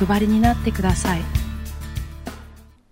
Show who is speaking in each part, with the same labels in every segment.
Speaker 1: お配りになってください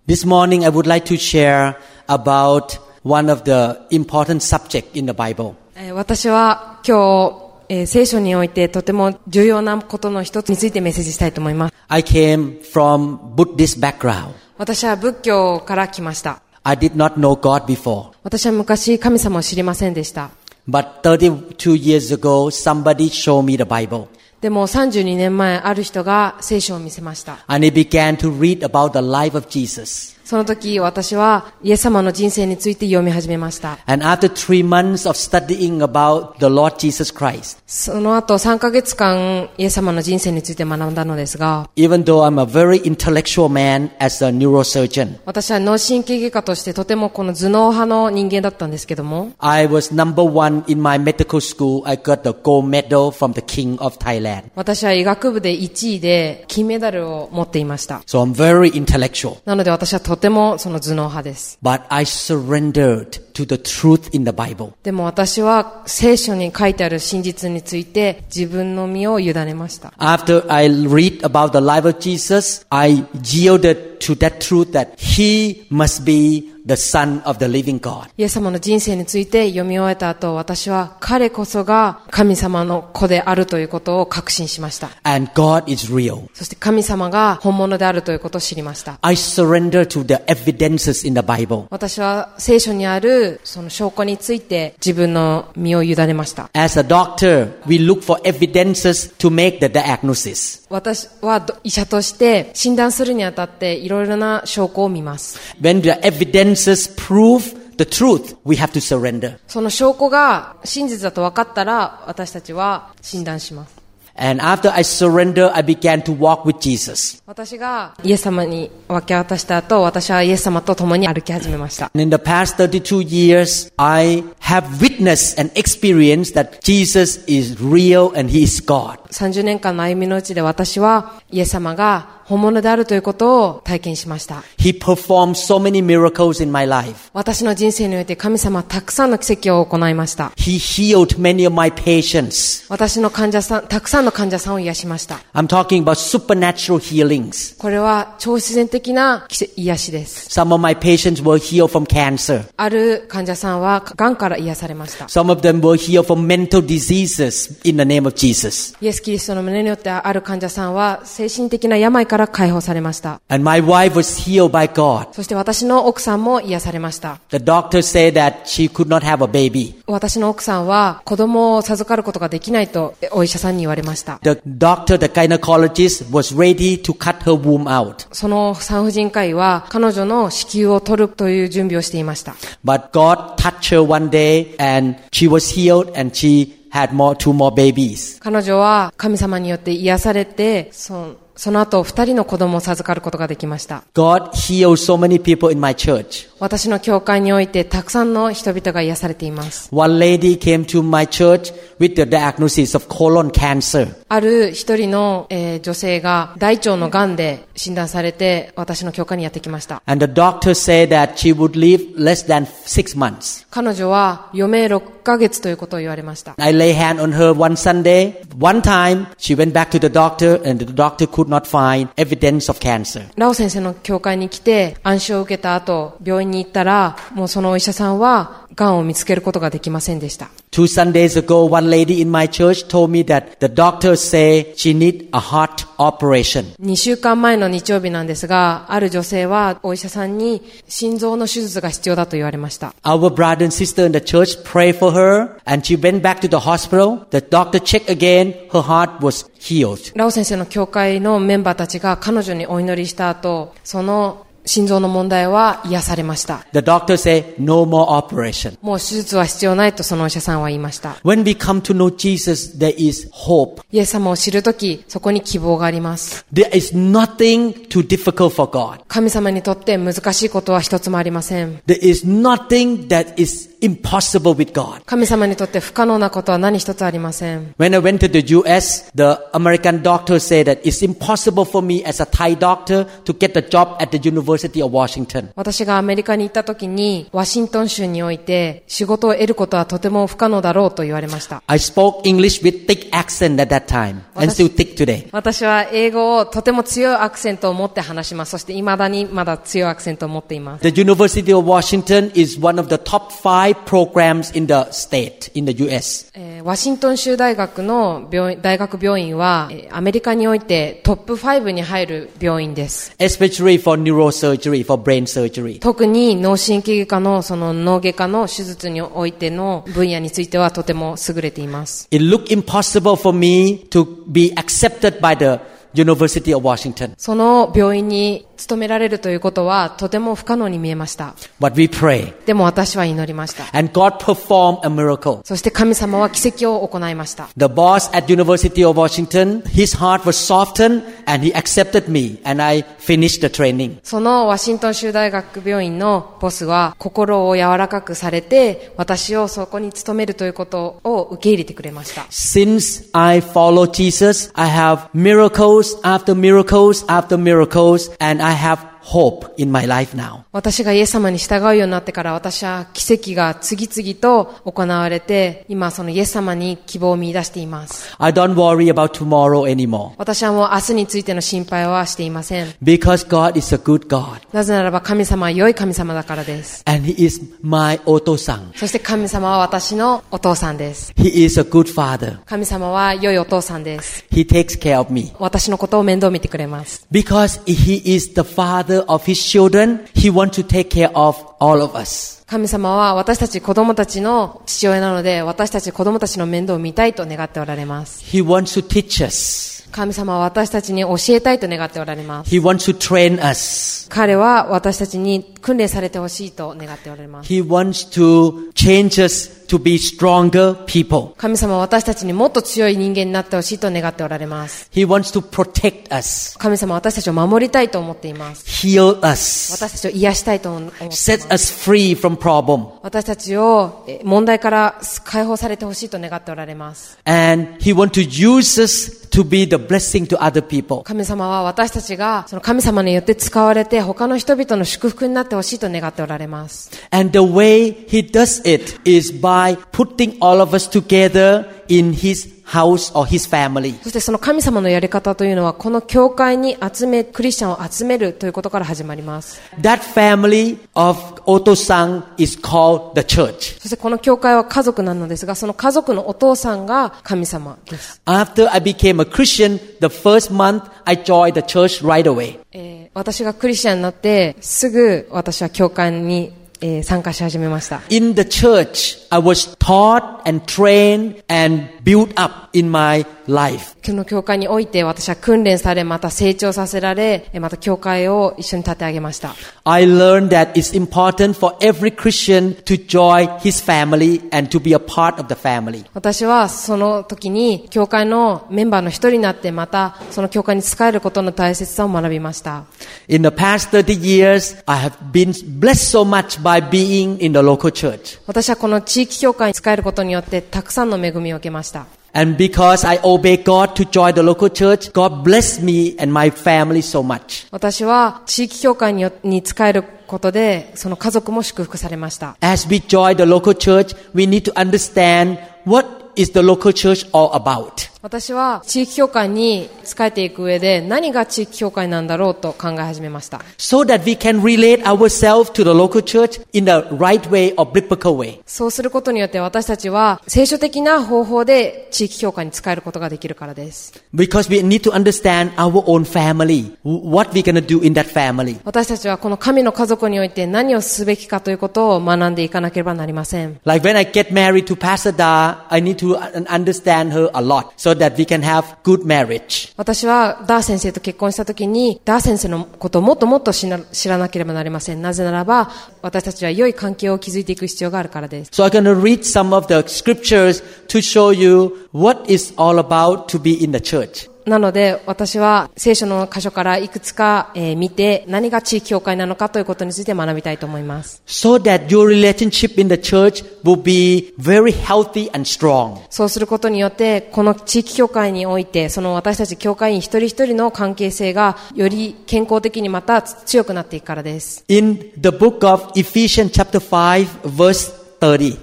Speaker 2: This morning I would like to share about one of the important subject in the Bible.
Speaker 3: えー私は今日、えー聖書においてとても重要なことの一つについてメッセージしたいと思います。
Speaker 2: I came from Buddhist background.
Speaker 3: 私は仏教から来ました。
Speaker 2: I did not know God before.
Speaker 3: 私は昔神様を知りませんでした。
Speaker 2: But 32 years ago, somebody showed me the Bible.
Speaker 3: でも32年前ある人が聖書を見せました。
Speaker 2: And I began to read about the life of Jesus.
Speaker 3: その時私はイエス様の人生について読み始めました。
Speaker 2: And after three months of studying about the Lord Jesus Christ,
Speaker 3: その後3ヶ月間イエス様の人生について学んだのですが、
Speaker 2: even though I'm a very intellectual man as a neurosurgeon,
Speaker 3: 私は脳神経外科としてとてもこの頭脳派の人間だったんですけども、
Speaker 2: I was number one in my medical school. I got the gold medal from the King of Thailand.
Speaker 3: 私は医学部で1位で金メダルを持っていました。
Speaker 2: So I'm very intellectual.
Speaker 3: なので私はとてもその頭脳派です。
Speaker 2: But I surrendered to the truth in the Bible.
Speaker 3: でも私は聖書に書いてある真実について自分の身を委ねました。
Speaker 2: After I read about the life of Jesus, I yielded to that truth that he must be the son of the living God.
Speaker 3: イエス様の人生について読み終えた後、私は彼こそが神様の子であるということを確信しました。
Speaker 2: And God is real.
Speaker 3: そして神様が本物であるということを知りました。
Speaker 2: I surrender to the evidences in the Bible.
Speaker 3: 私は聖書にあるその証拠について自分の身を委ねました。
Speaker 2: As a doctor, we look for evidences to make the diagnosis.
Speaker 3: 私はど医者として診断するにあたっていろいろな証拠を見ます。
Speaker 2: When the evidences prove the truth, we have to surrender.
Speaker 3: その証拠が真実だと分かったら私たちは診断します。
Speaker 2: And after I surrender, I began to walk with Jesus.
Speaker 3: 私がイエス様に分け渡した後、私はイエス様と共に歩き始めました。
Speaker 2: And in the past 32 years, I have witnessed and experienced that Jesus is real and He is God.
Speaker 3: 30年間の歩みのうちで私はイエス様が本物であるということを体験しました。
Speaker 2: He performed so many miracles in my life.
Speaker 3: 私の人生において神様はたくさんの奇跡を行いました。
Speaker 2: He healed many of my patients.
Speaker 3: 私の患者さん、たくさんの患者さんを癒しました。
Speaker 2: I'm talking about supernatural healings.
Speaker 3: これは超自然的な奇跡癒しです。
Speaker 2: Some of my patients were healed from cancer.
Speaker 3: ある患者さんは癌から癒されました。
Speaker 2: Some of them were healed from mental diseases in the name of Jesus.
Speaker 3: イエス・キリストの胸によってある患者さんは精神的な病から解放されました。
Speaker 2: And my wife was healed by God.
Speaker 3: そして私の奥さんも癒されました。
Speaker 2: The doctor said that she could not have a baby.
Speaker 3: 私の奥さんは子供を授かることができないとえお医者さんに言われました。
Speaker 2: The doctor, the gynecologist, was ready to cut her womb out.
Speaker 3: その産婦人科医は彼女の子宮を取るという準備をしていました。
Speaker 2: But God touched her one day and she was healed and she had more, two more babies.
Speaker 3: 彼女は神様によって癒されて、そその後二人の子供を授かることができました。
Speaker 2: God healed so many people in my church.
Speaker 3: 私の教会においてたくさんの人々が癒されています。
Speaker 2: One lady came to my church with the diagnosis of colon cancer.
Speaker 3: ある一人の、えー女性が大腸の癌で診断されて私の教会にやってきました。
Speaker 2: And the doctor said that she would live less than six months.
Speaker 3: 彼女は余命6ヶ月ということを言われました。
Speaker 2: I lay hand on her one Sunday. One time, she went back to the doctor, and the doctor could not find evidence of cancer.
Speaker 3: ラオ先生の教会に来て暗視を受けた後、病院に行ったら、もうそのお医者さんは癌を見つけることができませんでした。
Speaker 2: Two Sundays ago, one lady in my church told me that the doctor say she need a heart operation.
Speaker 3: 2週間前の日曜日なんですが、ある女性はお医者さんに心臓の手術が必要だと言われました。
Speaker 2: Our brother and sister in the church prayed for her, and she went back to the hospital. The doctor checked again. Her heart was healed.
Speaker 3: ラオ先生の教会のメンバーたちが彼女にお祈りした後、その心臓の問題は癒されました。
Speaker 2: The doctor said, no more operation.
Speaker 3: もう手術は必要ないとそのお医者さんは言いました。
Speaker 2: When we come to know Jesus, there is hope.
Speaker 3: イエス様を知るとき、そこに希望があります。
Speaker 2: There is nothing too difficult for God.
Speaker 3: 神様にとって難しいことは一つもありません。
Speaker 2: There is nothing that is impossible with God.
Speaker 3: 神様にとって不可能なことは何一つありません。
Speaker 2: When I went to the US, the American doctor said that it's impossible for me as a Thai doctor to get a job at the University of Washington.
Speaker 3: 私がアメリカに行った時に、ワシントン州において仕事を得ることはとても不可能だろうと言われました。
Speaker 2: I spoke English with thick accent at that time and still thick today.
Speaker 3: 私は英語をとても強いアクセントを持って話します。そして未だにまだ強いアクセントを持っています。
Speaker 2: The University of Washington is one of the top five programs in the state in the US.
Speaker 3: えーワシントン州大学の病院大学病院は、えーアメリカにおいてトップ5に入る病院です。
Speaker 2: Especially for neurosurgery, for brain surgery.
Speaker 3: 特に脳神経外科のその脳外科の手術においての分野についてはとても優れています。
Speaker 2: It looked impossible for me to be accepted by the University of Washington.
Speaker 3: その病院に勤められるということはとても不可能に見えました。
Speaker 2: But we pray
Speaker 3: でも私は祈りました。
Speaker 2: and God performed a miracle.
Speaker 3: そして神様は奇跡を行いました。
Speaker 2: The boss at University of Washington, his heart was softened and he accepted me and I finished the training.
Speaker 3: そのワシントン州大学病院のボスは心を柔らかくされて私をそこに勤めるということを受け入れてくれました。
Speaker 2: Since I follow Jesus, I have miracles after miracles after miracles and I have hope in my life now.
Speaker 3: 私がイエス様に従うようになってから私は奇跡が次々と行われて今そのイエス様に希望を見出しています。
Speaker 2: I don't worry about tomorrow anymore
Speaker 3: 私はもう明日についての心配はしていません。
Speaker 2: because God is a good God
Speaker 3: なぜならば神様は良い神様だからです。
Speaker 2: and he is my otosang.
Speaker 3: そして神様は私のお父さんです。
Speaker 2: He is a good father.
Speaker 3: 神様は良いお父さんです。
Speaker 2: He takes care of me.
Speaker 3: 私のことを面倒見てくれます。
Speaker 2: Because he is the father of his children, he wants to take care of all of us.
Speaker 3: 神様は私たち子供たちの父親なので、私たち子供たちの面倒を見たいと願っておられます。
Speaker 2: He wants to teach us.
Speaker 3: 神様は私たちに教えたいと願っておられます。
Speaker 2: He wants to train us.
Speaker 3: 彼は私たちに訓練されてほしいと願っておられます。
Speaker 2: He wants to change us to be stronger people.
Speaker 3: 神様は私たちにもっと強い人間になってほしいと願っておられます。
Speaker 2: He wants to protect us,
Speaker 3: 神様は私たちを守りたいと思っています。
Speaker 2: heal us,
Speaker 3: 私たちを癒したいと思っています
Speaker 2: set us free from problem.
Speaker 3: 私たちをえ問題から解放されてほしいと願っておられます。
Speaker 2: And he wants to use us to be the blessing to other people.
Speaker 3: 神様は私たちがその神様によって使われて他の人々の祝福になってほしいと願っておられます。
Speaker 2: And the way he does it is by putting all of us together in his house or his family.
Speaker 3: そしてその神様のやり方というのはこの教会に集め、クリスチャンを集めるということから始まります。
Speaker 2: That family of Otosang is called the church.
Speaker 3: そしてこの教会は家族なのですが、その家族のお父さんが神様です。
Speaker 2: After I became a Christian, the first month I joined the church right away.
Speaker 3: えー私がクリスチャンになって、すぐ私は教会に、えー参加し始めました。
Speaker 2: In the church, I was taught and trained and built up in my life.
Speaker 3: この教会において私は訓練され、また成長させられ、えーまた教会を一緒に立て上げました。
Speaker 2: I learned that it's important for every Christian to join his family and to be a part of the family.
Speaker 3: 私はその時に教会のメンバーの一人になってまたその教会に仕えることの大切さを学びました。
Speaker 2: In the past 30 years, I have been blessed so much by being in the local church.
Speaker 3: 私はこの地域教会に仕えることによってたくさんの恵みを受けました。
Speaker 2: And because I obey God to join the local church, God blessed me and my family so much.
Speaker 3: 私は地域教会によに仕えることでその家族も祝福されました。
Speaker 2: As we join the local church, we need to understand what is the local church all about.
Speaker 3: 私は地域教会に仕えていく上で何が地域教会なんだろうと考え始めました。
Speaker 2: So that we can relate ourselves to the local church in the right way or biblical way.
Speaker 3: そうすることによって私たちは聖書的な方法で地域教会に仕えることができるからです。
Speaker 2: Because we need to understand our own family, what we're going to do in that family.
Speaker 3: 私たちはこの神の家族において何をすべきかということを学んでいかなければなりません。
Speaker 2: Like when I get married to Pastor Da, I need to uh, understand her a lot so sure that we can have good marriage.
Speaker 3: 私はダー先生と結婚した時にダー先生のことをもっともっと知ら知らなければなりませんなぜならば私たちは良い関係を築いていく必要があるからです
Speaker 2: So I'm going to read some of the scriptures to show you what it's all about to be in the church.
Speaker 3: なので私は聖書の箇所からいくつか、えー見て何が地域教会なのかということについて学びたいと思います
Speaker 2: So that your relationship in the church will be very healthy and strong.
Speaker 3: そうすることによってこの地域教会においてその私たち教会員一人一人の関係性がより健康的にまた強くなっていくからです
Speaker 2: In the book of Ephesians chapter 5 verse 30,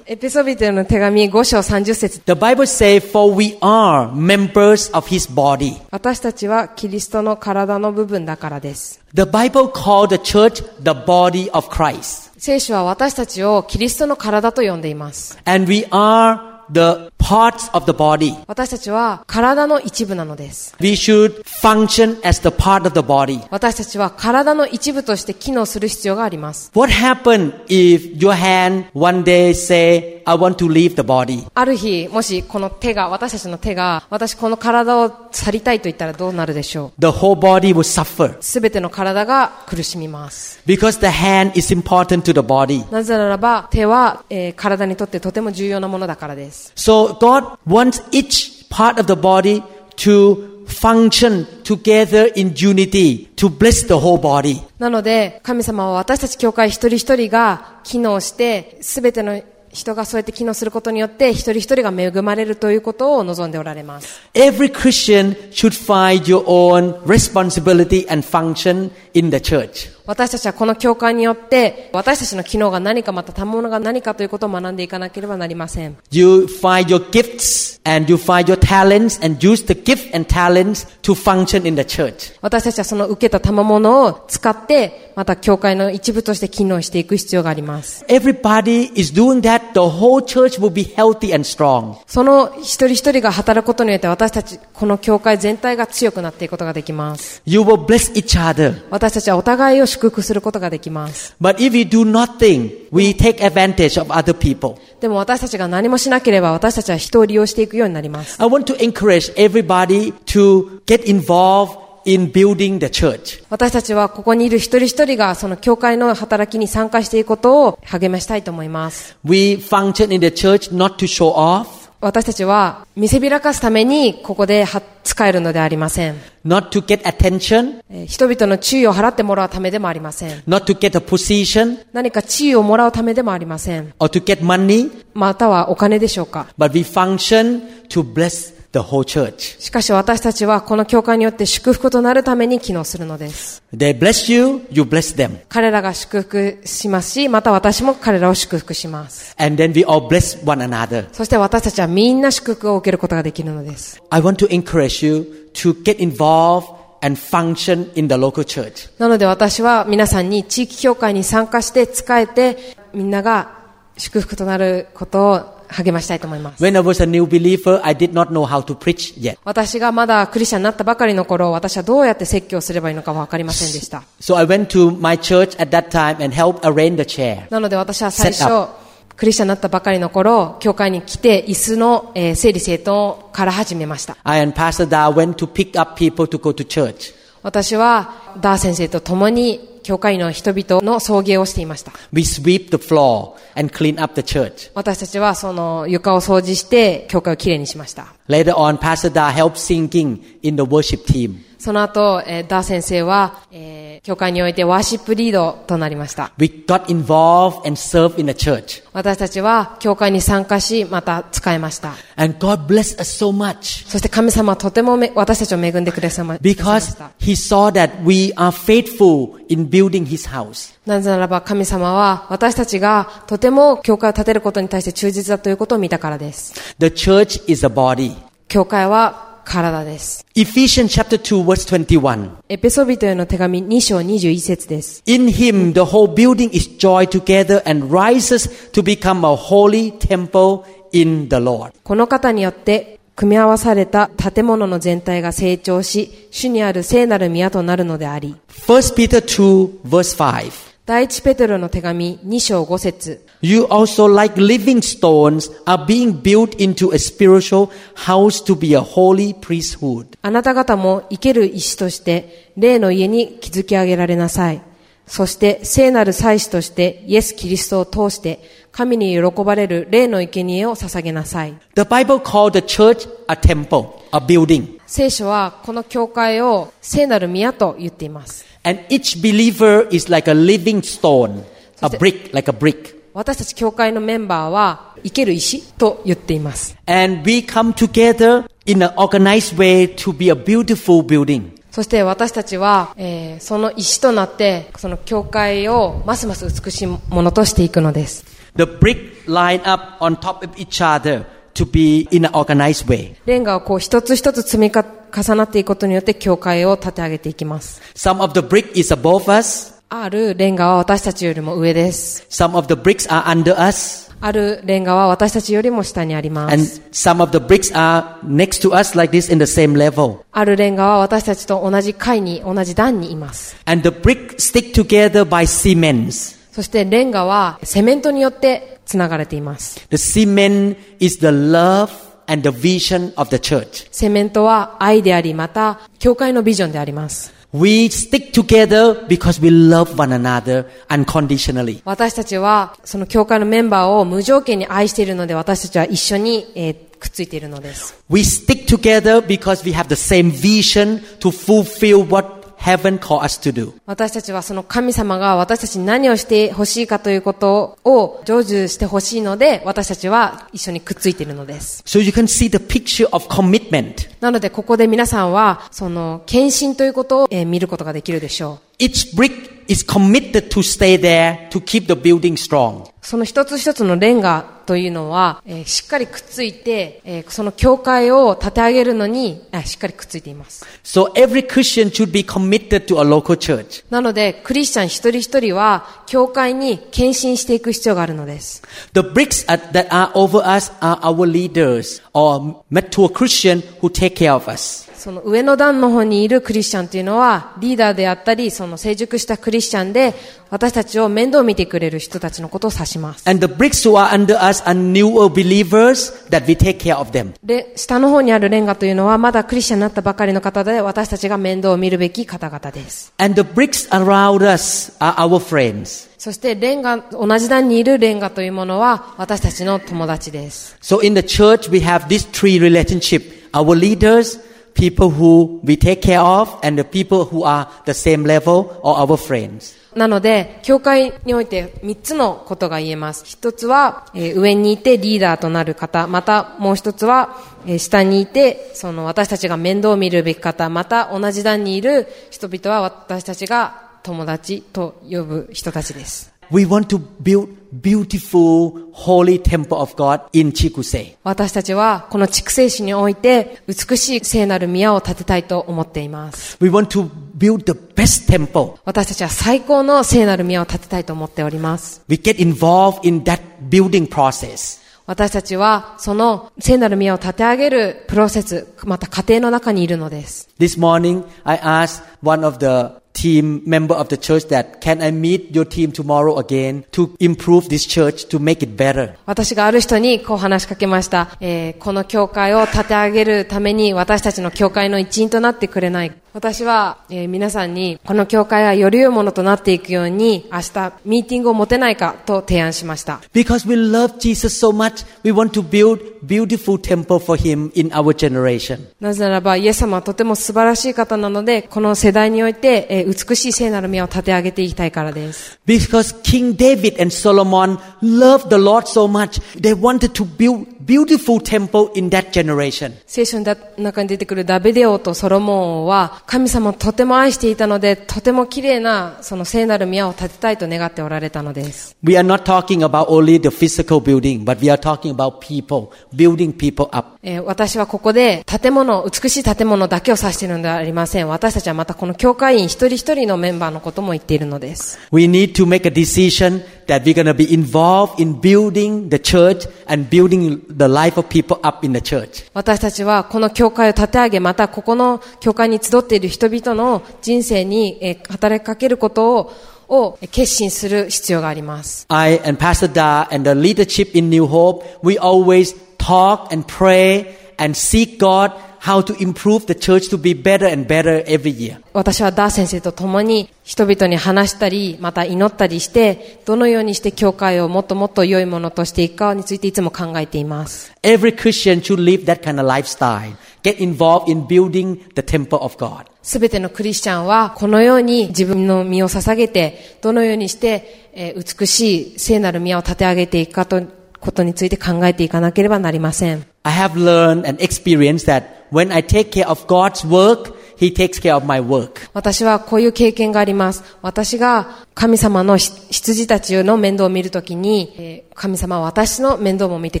Speaker 3: エペソビテの手紙5章30節
Speaker 2: the Bible says, for we are members of his body.
Speaker 3: 私たちはキリストの体の部分だからです。
Speaker 2: The Bible called the church the body of Christ.
Speaker 3: 聖書は私たちをキリストの体と呼んでいます。
Speaker 2: And we are the parts of the body.
Speaker 3: 私たちは体の一部なのです。
Speaker 2: We should function as the part of the body.
Speaker 3: 私たちは体の一部として機能する必要があります。
Speaker 2: What happens if your hand one day say, I want to leave the body?
Speaker 3: ある日、もしこの手が、私たちの手が、私この体を去りたいと言ったらどうなるでしょ
Speaker 2: The whole body will suffer
Speaker 3: うすべての体が苦しみます。
Speaker 2: because the hand is important to the body.
Speaker 3: なぜならば、手は、えー体にとってとても重要なものだからです。
Speaker 2: So God wants each part of the body to function together in unity to bless the whole body.
Speaker 3: なので、神様は私たち教会一人一人が機能して、すべての人がそうやって機能することによって、一人一人が恵まれるということを望んでおられます。
Speaker 2: Every Christian should find your own responsibility and function in the church.
Speaker 3: 私たちはこの教会によって、私たちの機能が何かまた賜物が何かということを学んでいかなければなりません。
Speaker 2: You find your gifts and you find your talents and use the gift and talents to function in the church.
Speaker 3: 私たちはその受けた賜物を使って、また教会の一部として機能していく必要があります。
Speaker 2: Everybody is doing that, the whole church will be healthy and strong.
Speaker 3: その一人一人が働くことによって私たち、この教会全体が強くなっていくことができます。
Speaker 2: You will bless each other.
Speaker 3: 私たちはお互いを祝福することができます。
Speaker 2: But if we do nothing, we take advantage of other people.
Speaker 3: でも私たちが何もしなければ私たちは人を利用していくようになります。
Speaker 2: I want to encourage everybody to get involved in building the church.
Speaker 3: 私たちはここにいる一人一人がその教会の働きに参加していくことを励ましたいと思います。
Speaker 2: We function in the church not to show off,
Speaker 3: 私たちは見せびらかすためにここでは使えるのでありません。
Speaker 2: not to get attention,
Speaker 3: えー人々の注意を払ってもらうためでもありません。
Speaker 2: not to get a position
Speaker 3: 何か地位をもらうためでもありません。
Speaker 2: or to get money,
Speaker 3: またはお金でしょうか。
Speaker 2: but we function to bless the whole church.
Speaker 3: しかし私たちはこの教会によって祝福となるために機能するのです。
Speaker 2: They bless you, you bless them.
Speaker 3: 彼らが祝福しますし、また私も彼らを祝福します。
Speaker 2: And then we all bless one another.
Speaker 3: そして私たちはみんな祝福を受けることができるのです。
Speaker 2: I want to encourage you to get involved and function in the local church.
Speaker 3: なので私は皆さんに地域協会に参加して仕えて、みんなが祝福となることを励ましたいと思います。
Speaker 2: When I was a new believer, I did not know how to preach yet.
Speaker 3: 私がまだクリスチャンになったばかりの頃、私はどうやって説教すればいいのかわかりませんでした。
Speaker 2: So I went to my church at that time and helped arrange the chair.
Speaker 3: なので私は最
Speaker 2: Set
Speaker 3: 初、クリスチャンになったばかりの頃、教会に来て椅子のえー整理整頓から始めました。
Speaker 2: I and Pastor Da went to pick up people to go to church.
Speaker 3: 私はダー先生と共に教会の人々の送迎をしていました。
Speaker 2: We sweep the floor and clean up the church.
Speaker 3: 私たちはその床を掃除して教会をきれいにしました。
Speaker 2: Later on, Pastor Da helped singing in the worship team.
Speaker 3: その後、えーダー先生は、えー教会においてワーシップリードとなりました。
Speaker 2: We got involved and served in the church.
Speaker 3: 私たちは教会に参加し、また使えました。
Speaker 2: And God blessed us so much
Speaker 3: そして神様はとてもめ私たちを恵んでくれさまくださいまし
Speaker 2: because
Speaker 3: た。
Speaker 2: He saw that we are faithful in building His house.
Speaker 3: なぜならば神様は私たちがとても教会を建てることに対して忠実だということを見たからです。
Speaker 2: The church is a body.
Speaker 3: 教会は体です。
Speaker 2: Ephesians chapter 2 verse 21.
Speaker 3: エペソビトへの手紙2章21節です。
Speaker 2: In him the whole building is joined together and rises to become a holy temple in the Lord.
Speaker 3: この方によって組み合わされた建物の全体が成長し、主にある聖なる宮となるのであり、
Speaker 2: 1 Peter 2 verse 5.
Speaker 3: 第一ペテロの手紙2章5節
Speaker 2: You also, like living stones, are being built into a spiritual house to be a holy priesthood.
Speaker 3: あなた方も生ける石として、霊の家に築き上げられなさい。そして、聖なる祭司として、イエス・キリストを通して、神に喜ばれる霊の生贄を捧げなさい。
Speaker 2: The Bible called the church a temple, a building.
Speaker 3: 聖書は、この教会を聖なる宮と言っています。
Speaker 2: And each believer is like a living stone, a brick, like a brick.
Speaker 3: 私たち教会のメンバーは、生ける石と言っています。
Speaker 2: And we come together in an organized way to be a beautiful building.
Speaker 3: そして私たちは、えーその石となって、その教会をますます美しいものとしていくのです。
Speaker 2: The brick line up on top of each other to be in an organized way.
Speaker 3: レンガをこう一つ一つ積みか重なっていくことによって教会を立て上げていきます。
Speaker 2: Some of the brick is above us,
Speaker 3: あるレンガは私たちよりも上です。
Speaker 2: some of the bricks are under us,
Speaker 3: あるレンガは私たちよりも下にありま
Speaker 2: and
Speaker 3: す。
Speaker 2: some of the bricks are next to us like this in the same level.
Speaker 3: あるレンガは私たちと同じ階に、同じ段にいます。
Speaker 2: And the bricks stick together by cements.
Speaker 3: そしてレンガはセメントによってつながれています。
Speaker 2: The cement is the love and the vision of the church.
Speaker 3: セメントは愛であり、また教会のビジョンであります。
Speaker 2: We stick together because we love one another unconditionally.
Speaker 3: 私たちはその教会のメンバーを無条件に愛しているので私たちは一緒に、えーくっついているのです。
Speaker 2: We stick together because we have the same vision to fulfill what heaven called us to do.
Speaker 3: 私たちはその神様が私たちに何をしてほしいかということを成就してほしいので、私たちは一緒にくっついているのです。
Speaker 2: So you can see the picture of commitment.
Speaker 3: なのでここで皆さんは、その、献身ということを、えー見ることができるでしょ
Speaker 2: Each brick is committed to stay there to keep the building strong.
Speaker 3: う。その一つ一つのレンガというのは、えーしっかりくっついて、えーその教会を立て上げるのに、あしっかりくっついています。
Speaker 2: So every Christian should be committed to a local church.
Speaker 3: なので、クリスチャン一人一人は、教会に献身していく必要があるのです。
Speaker 2: The bricks at- that are over us are our leaders or mature Christian who take care of us.
Speaker 3: その上の段の方にいるクリスチャンというのは、リーダーであったり、その成熟したクリスチャンで、私たちを面倒見てくれる人たちのことを指します。
Speaker 2: And the bricks who are under us are newer believers that we take care of them.
Speaker 3: で、下の方にあるレンガというのは、まだクリスチャンになったばかりの方で、私たちが面倒を見るべき方々です。
Speaker 2: And the bricks around us are our friends.
Speaker 3: そして、レンガ、同じ段にいるレンガというものは、私たちの友達です。
Speaker 2: So in the church, we have these three relationship. Our leaders, people who we take care of, and the people who are the same level or our friends.
Speaker 3: なので、教会において3つのことが言えます。一つは、えー上にいてリーダーとなる方。また、もう一つは、えー下にいて、その私たちが面倒を見るべき方。また、同じ段にいる人々は私たちが友達と呼ぶ人たちです。
Speaker 2: We want to build beautiful, holy temple of God in Chikusei.
Speaker 3: 私たちは、この畜生市において、美しい聖なる宮を建てたいと思っています。
Speaker 2: We want to build the best temple.
Speaker 3: 私たちは最高の聖なる宮を建てたいと思っております。
Speaker 2: We get involved in that building process.
Speaker 3: 私たちはその聖なる宮を立て上げるプロセス、また家庭の中にいるのです。
Speaker 2: This morning, I asked one of the team member of the church that, can I meet your team tomorrow again to improve this church, to make it better?
Speaker 3: 私がある人にこう話しかけました。えーこの教会を立て上げるために私たちの教会の一員となってくれない。私は、えー皆さんにこの教会はより良いものとなっていくように明日ミーティングを持てないかと提案しました。
Speaker 2: Because we love Jesus so much, we want to build beautiful temple for him in our generation.
Speaker 3: なぜならばイエス様はとても素晴らしい方なのでこの世代において、えー美しい聖なる宮を立て上げていきたいからです。
Speaker 2: Because King David and Solomon loved the Lord so much, they wanted to build beautiful temple in that generation.
Speaker 3: 聖書の中に出てくるダビデ王とソロモン王は神様をとても愛していたのでとても綺麗なその聖なる宮を建てたいと願っておられたのです
Speaker 2: We are not talking about only the physical building, but we are talking about people, building people up.
Speaker 3: えー私はここで建物、美しい建物だけを指しているのではありません。私たちはまたこの教会員一人一人のメンバーのことも言っているのです。
Speaker 2: We need to make a decision that we're going to be involved in building the church and building the life of people up in the church.
Speaker 3: 私たちはこの教会を立て上げ、またここの教会に集っている人々の人生にえー働きかけることをを決心する必要があります。
Speaker 2: I and Pastor Da and the leadership in New Hope, we always talk and pray and seek God how to improve the church to be better and better every year.
Speaker 3: 私はダー先生と共に人々に話したり、また祈ったりして、どのようにして教会をもっともっと良いものとしていくかについていつも考えています。
Speaker 2: Every Christian should live that kind of lifestyle. Get involved in building the temple of God.
Speaker 3: すべてのクリスチャンはこのように自分の身を捧げて、どのようにしてえー美しい聖なる宮を立て上げていくかと、ことについて考えていかなければなりません。
Speaker 2: I have learned and experienced that when I take care of God's work, He takes care of my work.
Speaker 3: 私はこういう経験があります。私が神様のひ羊たちの面倒を見るときに、えー神様は私の面倒も見て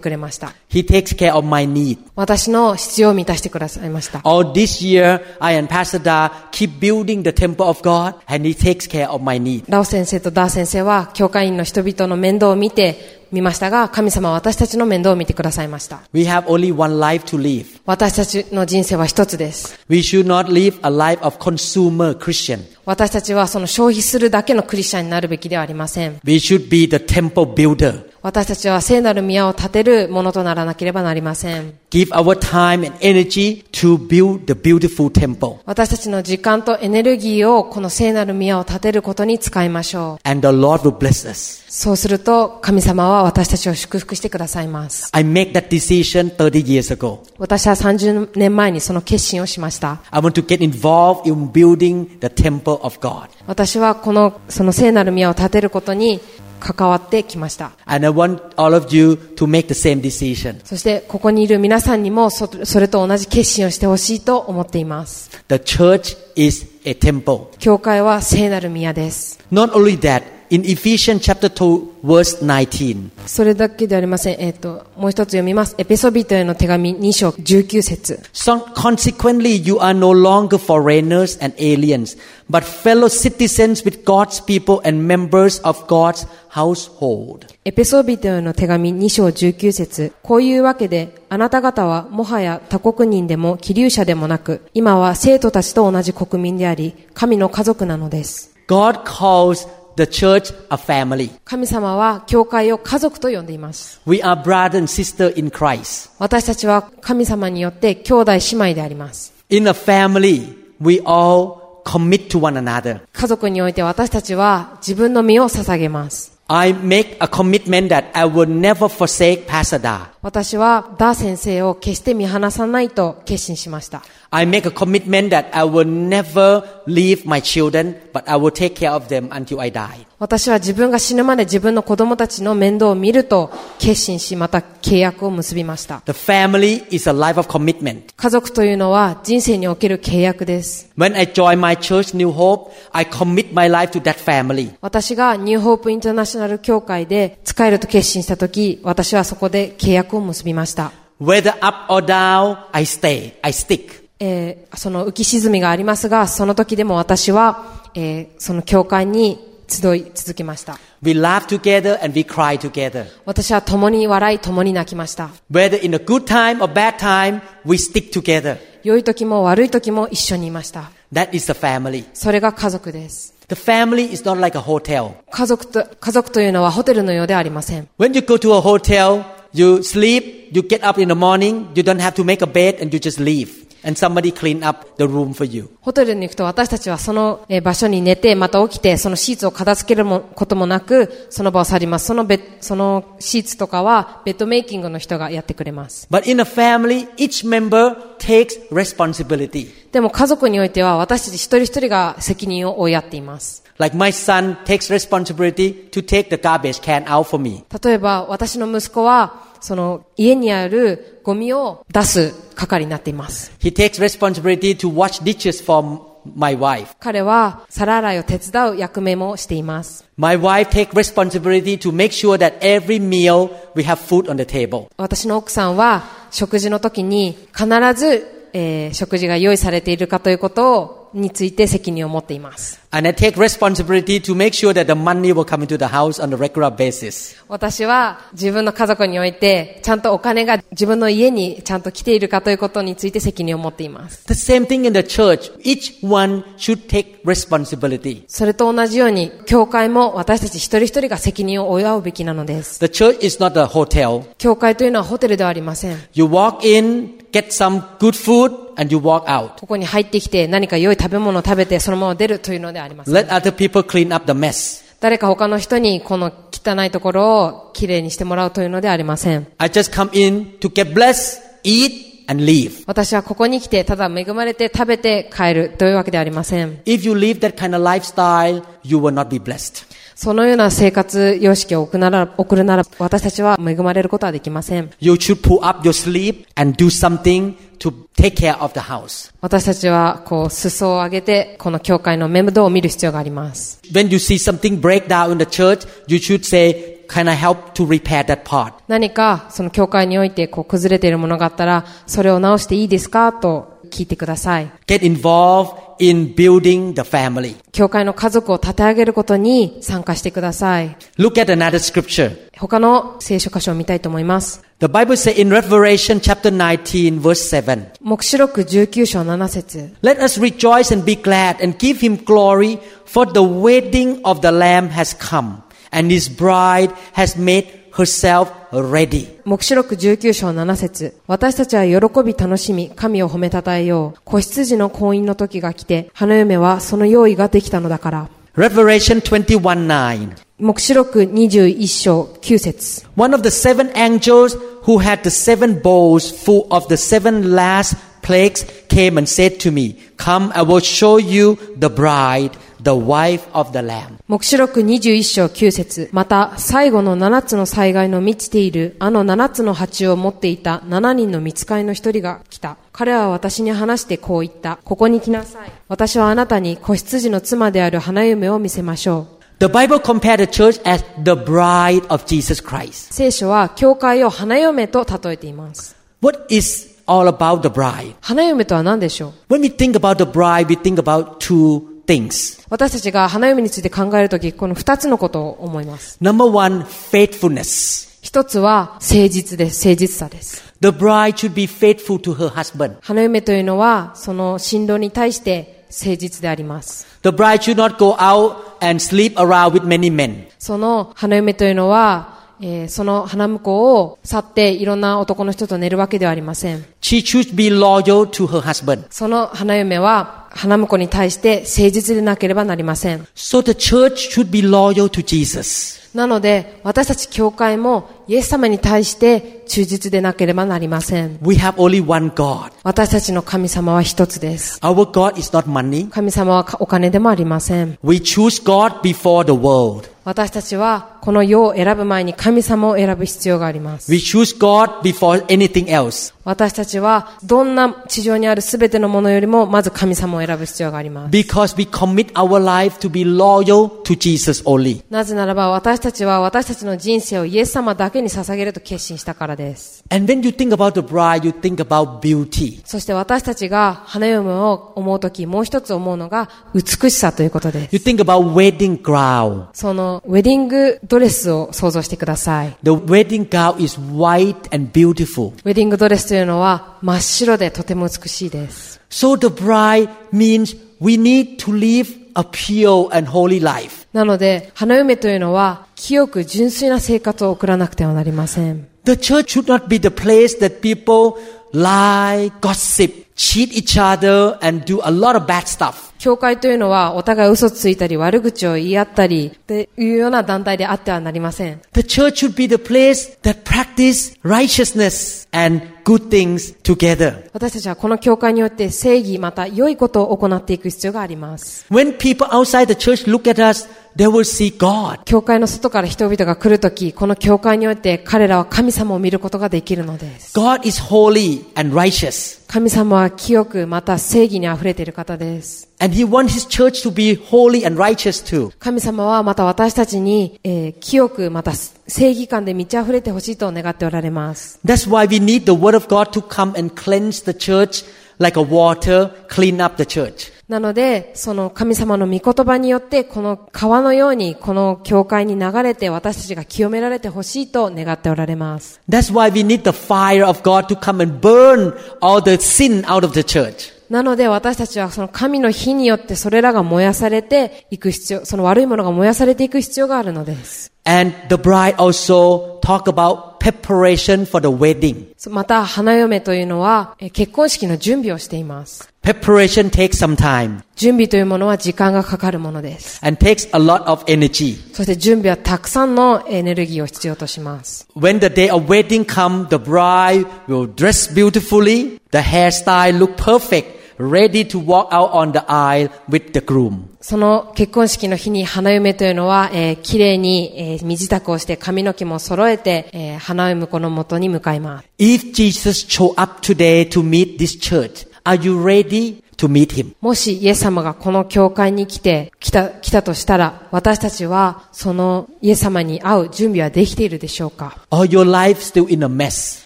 Speaker 3: くれました。
Speaker 2: He takes care of my need.
Speaker 3: 私の必要を満たしてくださいました。
Speaker 2: All this year, I and Pastor Da keep building the temple of God, and He takes care of my need.
Speaker 3: ラオ先生とダー先生は、教会員の人々の面倒を見て見ましたが、神様は私たちの面倒を見てくださいました。
Speaker 2: We have only one life to live.
Speaker 3: 私たちの人生は一つです。
Speaker 2: We should not live a life of consumer Christian.
Speaker 3: 私たちはその消費するだけのクリスチャンになるべきではありません。
Speaker 2: We should be the temple builder.
Speaker 3: 私たちは聖なる宮を建てるものとならなければなりません。
Speaker 2: Give our time and energy to build the beautiful temple.
Speaker 3: 私たちの時間とエネルギーをこの聖なる宮を建てることに使いましょう。
Speaker 2: And the Lord will bless us.
Speaker 3: そうすると神様は私たちを祝福してくださいます。
Speaker 2: I made that decision 30 years ago.
Speaker 3: 私は30年前にその決心をしました。
Speaker 2: I want to get involved in building the temple of God.
Speaker 3: 私はこの、その聖なる宮を建てることに関わってきました。
Speaker 2: And I want all of you to make the same decision.
Speaker 3: そしてここにいる皆さんにもそそれと同じ決心をしてほしいと思っています。
Speaker 2: The church is a temple.
Speaker 3: 教会は聖なる宮です。
Speaker 2: Not only that, in Ephesians chapter 2 verse 19,
Speaker 3: それだけではありません。えっ、と、もう一つ読みます。エペソビトへの手紙2章19節
Speaker 2: So consequently, you are no longer foreigners and aliens, but fellow citizens with God's people and members of God's household.
Speaker 3: エペソビトへの手紙2章19節こういうわけで、あなた方はもはや他国人でも気流者でもなく、今は生徒たちと同じ国民であり、神の家族なのです。
Speaker 2: God calls the church a family.
Speaker 3: 神様は教会を家族と呼んでいます。
Speaker 2: We are brother and sister in Christ.
Speaker 3: 私たちは神様によって兄弟姉妹であります。
Speaker 2: In a family, we all commit to one another.
Speaker 3: 家族において私たちは自分の身を捧げます。
Speaker 2: I make a commitment that I will never forsake Pasada.
Speaker 3: 私はダー先生を決して見放さないと決心しました。
Speaker 2: I make a commitment that I will never leave my children, but I will take care of them until I die.
Speaker 3: 私は自分が死ぬまで自分の子供たちの面倒を見ると決心し、また契約を結びました。
Speaker 2: The family is a life of commitment.
Speaker 3: 家族というのは人生における契約です。
Speaker 2: When I join my church, New Hope, I commit my life to that family.
Speaker 3: 私がニューホープインターナショナル協会で使えると決心したとき、私はそこで契約を結びました。
Speaker 2: Whether up or down, I stay, I stick.
Speaker 3: えーその浮き沈みがありますが、その時でも私は、えーその教会に集い続けました。
Speaker 2: We laugh together and we cry together.
Speaker 3: 私は共に笑い、共に泣きました。
Speaker 2: Whether in a good time or bad time, we stick together.
Speaker 3: 良い時も悪い時も一緒にいました。
Speaker 2: That is the family.
Speaker 3: それが家族です。
Speaker 2: The family is not like a hotel.
Speaker 3: 家族と、家族というのはホテルのようではありません。
Speaker 2: When you go to a hotel, you sleep, you get up in the morning, you don't have to make a bed and you just leave. And somebody clean up the room for you.
Speaker 3: ホテルに行くと私たちはそのえー場所に寝て、また起きて、そのシーツを片付けるもこともなく、その場を去ります。そのベそのシーツとかはベッドメイキングの人がやってくれます。
Speaker 2: But in a family, each member takes responsibility.
Speaker 3: でも家族においては私たち一人一人が責任を負い合っています。
Speaker 2: Like my son takes responsibility to take the garbage can out for me.
Speaker 3: 例えば私の息子は、その家にあるゴミを出す係になっています。
Speaker 2: He takes responsibility to wash dishes for m- my wife.
Speaker 3: 彼は皿洗いを手伝う役目もしています。
Speaker 2: My wife takes responsibility to make sure that every meal we have food on the table.
Speaker 3: 私の奥さんは食事の時に必ず、えー食事が用意されているかということをについて責任を持っています。
Speaker 2: And I take responsibility to make sure that the money will come into the house on a regular basis.
Speaker 3: 私は自分の家族において、ちゃんとお金が自分の家にちゃんと来ているかということについて責任を持っています。
Speaker 2: The same thing in the church. Each one should take responsibility.
Speaker 3: それと同じように、教会も私たち一人一人が責任を負うべきなのです。
Speaker 2: The church is not a hotel.
Speaker 3: 教会というのはホテルではありません。
Speaker 2: You walk in, get some good food, and you walk out.
Speaker 3: ここに入ってきて何か良い食べ物を食べてそのまま出るというのではありません。
Speaker 2: Let other people clean up the mess.
Speaker 3: 誰か他の人にこの汚いところをきれいにしてもらうというのではありません。
Speaker 2: I just come in to get blessed, eat, and leave.
Speaker 3: 私はここに来てただ恵まれて食べて帰るというわけではありません。
Speaker 2: If you live that kind of lifestyle, you will not be blessed.
Speaker 3: そのような生活様式を送なら送るなら私たちは恵まれることはできません。
Speaker 2: You should pull up your sleeve and do something to take care of the house.
Speaker 3: 私たちはこう裾を上げてこの教会の面倒を見る必要があります。
Speaker 2: When you see something break down in the church, you should say, can I help to repair that part?
Speaker 3: 何かその教会においてこう崩れているものがあったらそれを直していいですかと聞いてください。
Speaker 2: Get involved in building the family.
Speaker 3: 教会の家族を立て上げることに参加してください。
Speaker 2: Look at another scripture.
Speaker 3: 他の聖書箇所を見たいと思います。
Speaker 2: The Bible says in Revelation chapter 19 verse 7,
Speaker 3: 目視録19章7節
Speaker 2: Let us rejoice and be glad and give him glory, for the wedding of the Lamb has come, and his bride has made herself ready.
Speaker 3: 目視録19章7節私たちは喜び楽しみ、神を褒めたたえよう。子羊の婚姻の時が来て、花嫁はその用意ができたのだから。
Speaker 2: Revelation 21 9.
Speaker 3: 目視録21章9節
Speaker 2: One of the seven angels who had the seven bowls full of the seven last plagues came and said to me, Come, I will show you the bride, the wife of the Lamb.
Speaker 3: 目視録21章9節また、最後の7つの災害の満ちている、あの7つの鉢を持っていた7人の見つかいの一人が来た。彼は私に話してこう言った。ここに来なさい。私はあなたに子羊の妻である花嫁を見せましょう。
Speaker 2: The Bible compared the church as the bride of Jesus Christ.
Speaker 3: 聖書は教会を花嫁と例えています。
Speaker 2: What is all about the bride?
Speaker 3: 花嫁とは何でしょう
Speaker 2: When we think about the bride, we think about two things.
Speaker 3: 私たちが花嫁について考えるとき、この二つのことを思います。
Speaker 2: Number one, faithfulness.
Speaker 3: 一つは誠実です。誠実さです。
Speaker 2: The bride should be faithful to her husband.
Speaker 3: 花嫁というのは、その新郎に対して誠実であります。
Speaker 2: The bride should not go out and sleep around with many men.
Speaker 3: その花嫁というのは、えーその花婿を去っていろんな男の人と寝るわけではありません。
Speaker 2: She should be loyal to her husband.
Speaker 3: その花嫁は花婿に対して誠実でなければなりません。
Speaker 2: So the church should be loyal to Jesus.
Speaker 3: なので、私たち教会もイエス様に対して忠実でなければなりません。
Speaker 2: We have only one God.
Speaker 3: 私たちの神様は一つです。
Speaker 2: Our God is not money.
Speaker 3: 神様はお金でもありません。
Speaker 2: We choose God before the world.
Speaker 3: 私たちはこの世を選ぶ前に神様を選ぶ必要があります。
Speaker 2: We choose God before anything else.
Speaker 3: 私たちはどんな地上にある全てのものよりもまず神様を選ぶ必要があります。
Speaker 2: Because we commit our life to be loyal to Jesus only.
Speaker 3: なぜならば私たちは私たちの人生をイエス様だけに捧げると決心したからです。
Speaker 2: And when you think about the bride, you think about beauty.
Speaker 3: そして私たちが花嫁を思うときもう一つ思うのが美しさということです。
Speaker 2: You think about wedding gown.
Speaker 3: そのウェディングドレスを想像してください。
Speaker 2: The wedding gown is white and beautiful.
Speaker 3: ウェディングドレスというのは真っ白でとても美しいです。
Speaker 2: So the bride means we need to live a pure and holy life.
Speaker 3: なので、花嫁というのは清く純粋な生活を送らなくてはなりません。
Speaker 2: The church should not be the place that people lie, gossip, cheat each other, and do a lot of bad stuff.
Speaker 3: 教会というのはお互い嘘ついたり悪口を言い合ったりっていうような団体であってはなりません。
Speaker 2: The church should be the place that practice righteousness and good things together.
Speaker 3: 私たちはこの教会によって正義また良いことを行っていく必要があります。
Speaker 2: When people outside the church look at us, they will see God.
Speaker 3: 教会の外から人々が来るとき、この教会において彼らは神様を見ることができるのです。
Speaker 2: God is holy and righteous.
Speaker 3: 神様は清くまた正義に溢れている方です。
Speaker 2: And he wants his church to be holy and righteous too.
Speaker 3: 神様はまた私たちに、えー清くまた正義感で満ち溢れてほしいと願っておられます。
Speaker 2: That's why we need the word of God to come and cleanse the church like a water clean up the church.
Speaker 3: なので、その神様の御言葉によって、この川のように、この教会に流れて、私たちが清められてほしいと願っておられます。
Speaker 2: That's why we need the fire of God to come and burn all the sin out of the church.
Speaker 3: なので、私たちはその神の火によって、それらが燃やされていく必要、その悪いものが燃やされていく必要があるのです。
Speaker 2: And the bride also talk about preparation for the wedding.
Speaker 3: そまた、花嫁というのは、え結婚式の準備をしています。
Speaker 2: Preparation takes some time
Speaker 3: 準備というものは時間がかかるものです。
Speaker 2: and takes a lot of energy.
Speaker 3: そして準備はたくさんのエネルギーを必要とします。
Speaker 2: When the day of wedding come, the bride will dress beautifully, the hairstyle look perfect, ready to walk out on the aisle with the groom.
Speaker 3: その結婚式の日に花嫁というのは、えー綺麗に、えー身支度をして髪の毛も揃えて、えー花嫁子の元に向かいます。
Speaker 2: If Jesus show up today to meet this church, are you ready to meet him?
Speaker 3: もしイエス様がこの教会に来て、来た、来たとしたら、私たちはそのイエス様に会う準備はできているでしょうか
Speaker 2: Or your life still in a mess?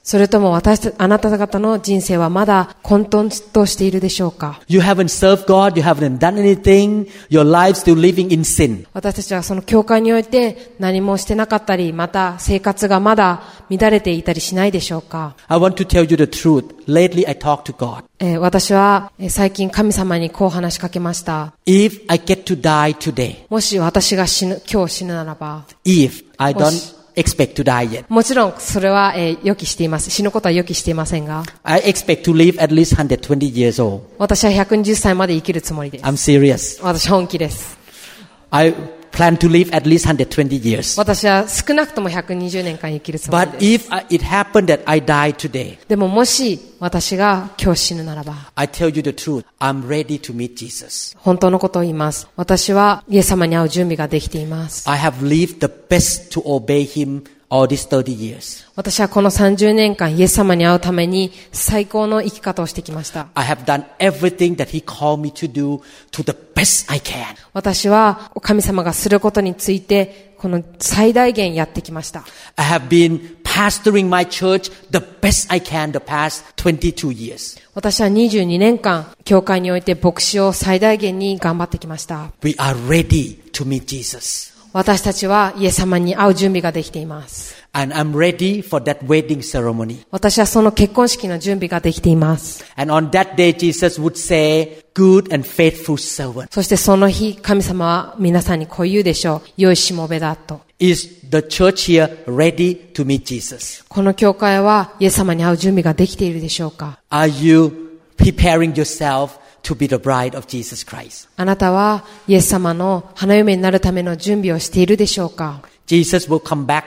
Speaker 3: それとも私た、あなた方の人生はまだ混沌としているでしょうか
Speaker 2: You haven't served God, you haven't done anything, your life still living in sin.
Speaker 3: 私たちはその教会において何もしてなかったり、また生活がまだ乱れていたりしないでしょうか
Speaker 2: I want to tell you the truth. Lately I talked to God.
Speaker 3: えー私はえー最近神様にこう話しかけました。
Speaker 2: If I get to die today,
Speaker 3: もし私が死ぬ、今日死ぬならば、
Speaker 2: if I
Speaker 3: Osh.
Speaker 2: don't expect to die yet,
Speaker 3: もちろんそれは、えー予期しています。死ぬことは予期していませんが、
Speaker 2: I expect to live at least 120 years old.
Speaker 3: 私は120歳まで生きるつもりです。
Speaker 2: I'm serious.
Speaker 3: 私は本気です。
Speaker 2: I plan to live at least 120 years.
Speaker 3: 私は少なくとも120年間生きるつもり
Speaker 2: But
Speaker 3: です。
Speaker 2: if I, it happened that I die today,
Speaker 3: でももし私が今日死ぬならば、
Speaker 2: I tell you the truth. I'm ready to meet Jesus.
Speaker 3: 本当のことを言います。私はイエス様に会う準備ができています。
Speaker 2: I have lived the best to obey Him all these 30 years.
Speaker 3: 私はこの30年間イエス様に会うために最高の生き方をしてきました。
Speaker 2: I have done everything that He called me to do to the best I can.
Speaker 3: 私は神様がすることについて、この最大限やってきました。
Speaker 2: I have been pastoring my church the best I can the past 22 years.
Speaker 3: 私は22年間、教会において牧師を最大限に頑張ってきました。
Speaker 2: We are ready to meet Jesus.
Speaker 3: 私たちはイエス様に会う準備ができています。
Speaker 2: And I'm ready for that wedding ceremony.
Speaker 3: 私はその結婚式の準備ができています。
Speaker 2: And on that day, Jesus would say, Good and faithful servant.
Speaker 3: そしてその日、神様は皆さんにこう言うでしょう。良いしもべだと。
Speaker 2: Is the church here ready to meet Jesus?
Speaker 3: この教会はイエス様に会う準備ができているでしょうか
Speaker 2: Are you preparing yourself to be the bride of Jesus Christ?
Speaker 3: あなたはイエス様の花嫁になるための準備をしているでしょうか
Speaker 2: Jesus will come back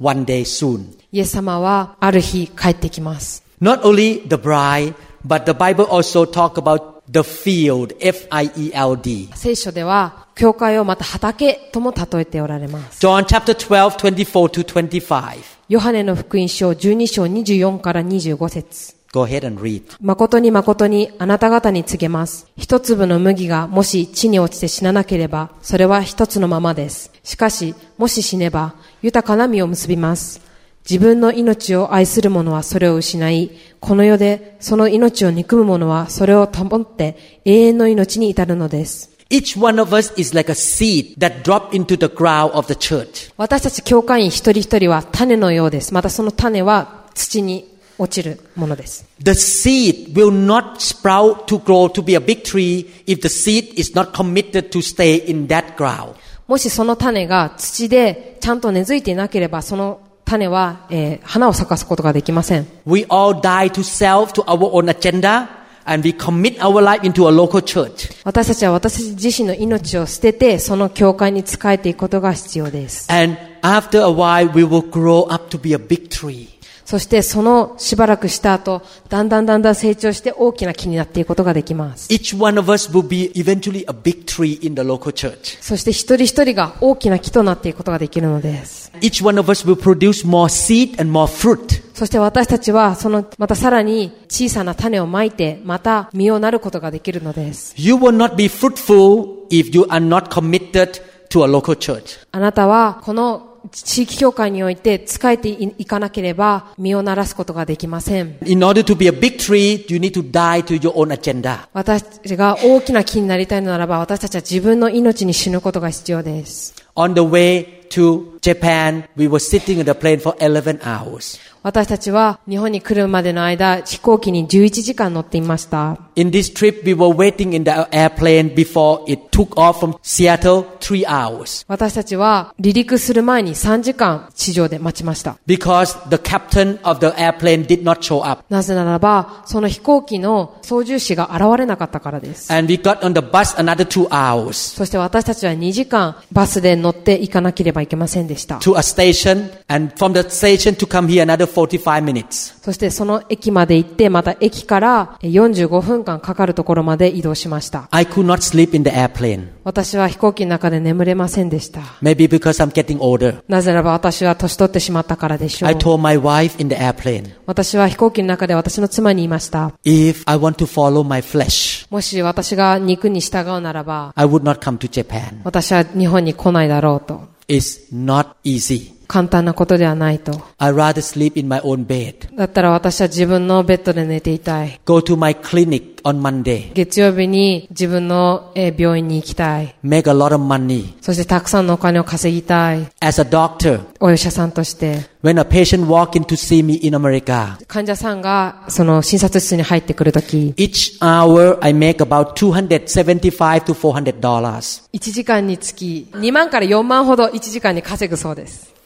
Speaker 2: one day soon.
Speaker 3: イエス様はある日帰ってきます。
Speaker 2: Not only the bride, but the Bible also talk about the field, E F-I-E-L-D.
Speaker 3: 聖書では、教会をまた畑とも例えておられます。
Speaker 2: John chapter 12, 24 to 25.
Speaker 3: ヨハネの福音書12章24から25節
Speaker 2: Go ahead and read.
Speaker 3: 誠に誠にあなた方に告げます。一粒の麦がもし地に落ちて死ななければ、それは一つのままです。しかし、もし死ねば、豊かな実を結びます。自分の命を愛する者はそれを失い、この世でその命を憎む者はそれを保って永遠の命に至るのです。
Speaker 2: Each one of us is like a seed that dropped into the ground of the church.
Speaker 3: 私たち教会員一人一人は種のようです。またその種は土に落ちるものです。
Speaker 2: The seed will not sprout to grow to be a big tree if the seed is not committed to stay in that ground.
Speaker 3: もしその種が土でちゃんと根付いていなければ、その種は、えー花を咲かすことができません。
Speaker 2: We all die to self, to our own agenda, and we commit our life into a local church.
Speaker 3: 私たちは私たち自身の命を捨てて、その教会に仕えていくことが必要です。
Speaker 2: And after a while, we will grow up to be a big tree.
Speaker 3: そしてそのしばらくした後、だんだんだんだん成長して大きな木になっていくことができます。
Speaker 2: Each one of us will be eventually a big tree in the local church.
Speaker 3: そして一人一人が大きな木となっていくことができるのです。
Speaker 2: Each one of us will produce more seed and more fruit.
Speaker 3: そして私たちは、その、またさらに小さな種をまいて、また実をなることができるのです。
Speaker 2: You will not be fruitful if you are not committed to a local church.
Speaker 3: あなたはこの地域教会において仕えていいかなければ身をならすことができません。
Speaker 2: In order to be a big tree, you need to die to your own agenda.
Speaker 3: 私たちが大きな木になりたいのならば私たちは自分の命に死ぬことが必要です。
Speaker 2: On the way to Japan, we were sitting on the plane for 11 hours.
Speaker 3: 私たちは日本に来るまでの間飛行機に11時間乗っていました。
Speaker 2: In this trip, we were waiting in the airplane before it took off from Seattle three hours.
Speaker 3: 私たちは離陸する前に3時間地上で待ちました。
Speaker 2: Because the captain of the airplane did not show up.
Speaker 3: なぜならば、その飛行機の操縦士が現れなかったからです。
Speaker 2: And we got on the bus another two hours
Speaker 3: そして私たちは2時間バスで乗っていかなければいけませんでした。
Speaker 2: to a station. And from the station to come here, another 45 minutes.
Speaker 3: そしてその駅まで行って、また駅からえ45分間かかるところまで移動しました。
Speaker 2: I could not sleep in the airplane.
Speaker 3: 私は飛行機の中で眠れませんでした。
Speaker 2: Maybe because I'm getting older.
Speaker 3: なぜならば私は年取ってしまったからでしょ
Speaker 2: I
Speaker 3: う。
Speaker 2: told my wife in the airplane,
Speaker 3: 私は飛行機の中で私の妻に言いました。
Speaker 2: if I want to follow my flesh,
Speaker 3: もし私が肉に従うならば、
Speaker 2: I would not come to Japan.
Speaker 3: 私は日本に来ないだろうと。
Speaker 2: It's not easy.
Speaker 3: 簡単なことではないと。
Speaker 2: I rather sleep in my own bed.
Speaker 3: だったら私は自分のベッドで寝ていたい。
Speaker 2: Go to my clinic on Monday.
Speaker 3: 月曜日に自分のえー病院に行きたい。
Speaker 2: Make a lot of money.
Speaker 3: そしてたくさんのお金を稼ぎたい。
Speaker 2: As a doctor,
Speaker 3: お医者さんとして。
Speaker 2: when a patient walk in to see me in America,
Speaker 3: 患者さんがその診察室に入ってくるとき、
Speaker 2: each hour I make about 275 to 400 dollars.
Speaker 3: 1時間につき2万から4万ほど1時間に稼ぐそうです。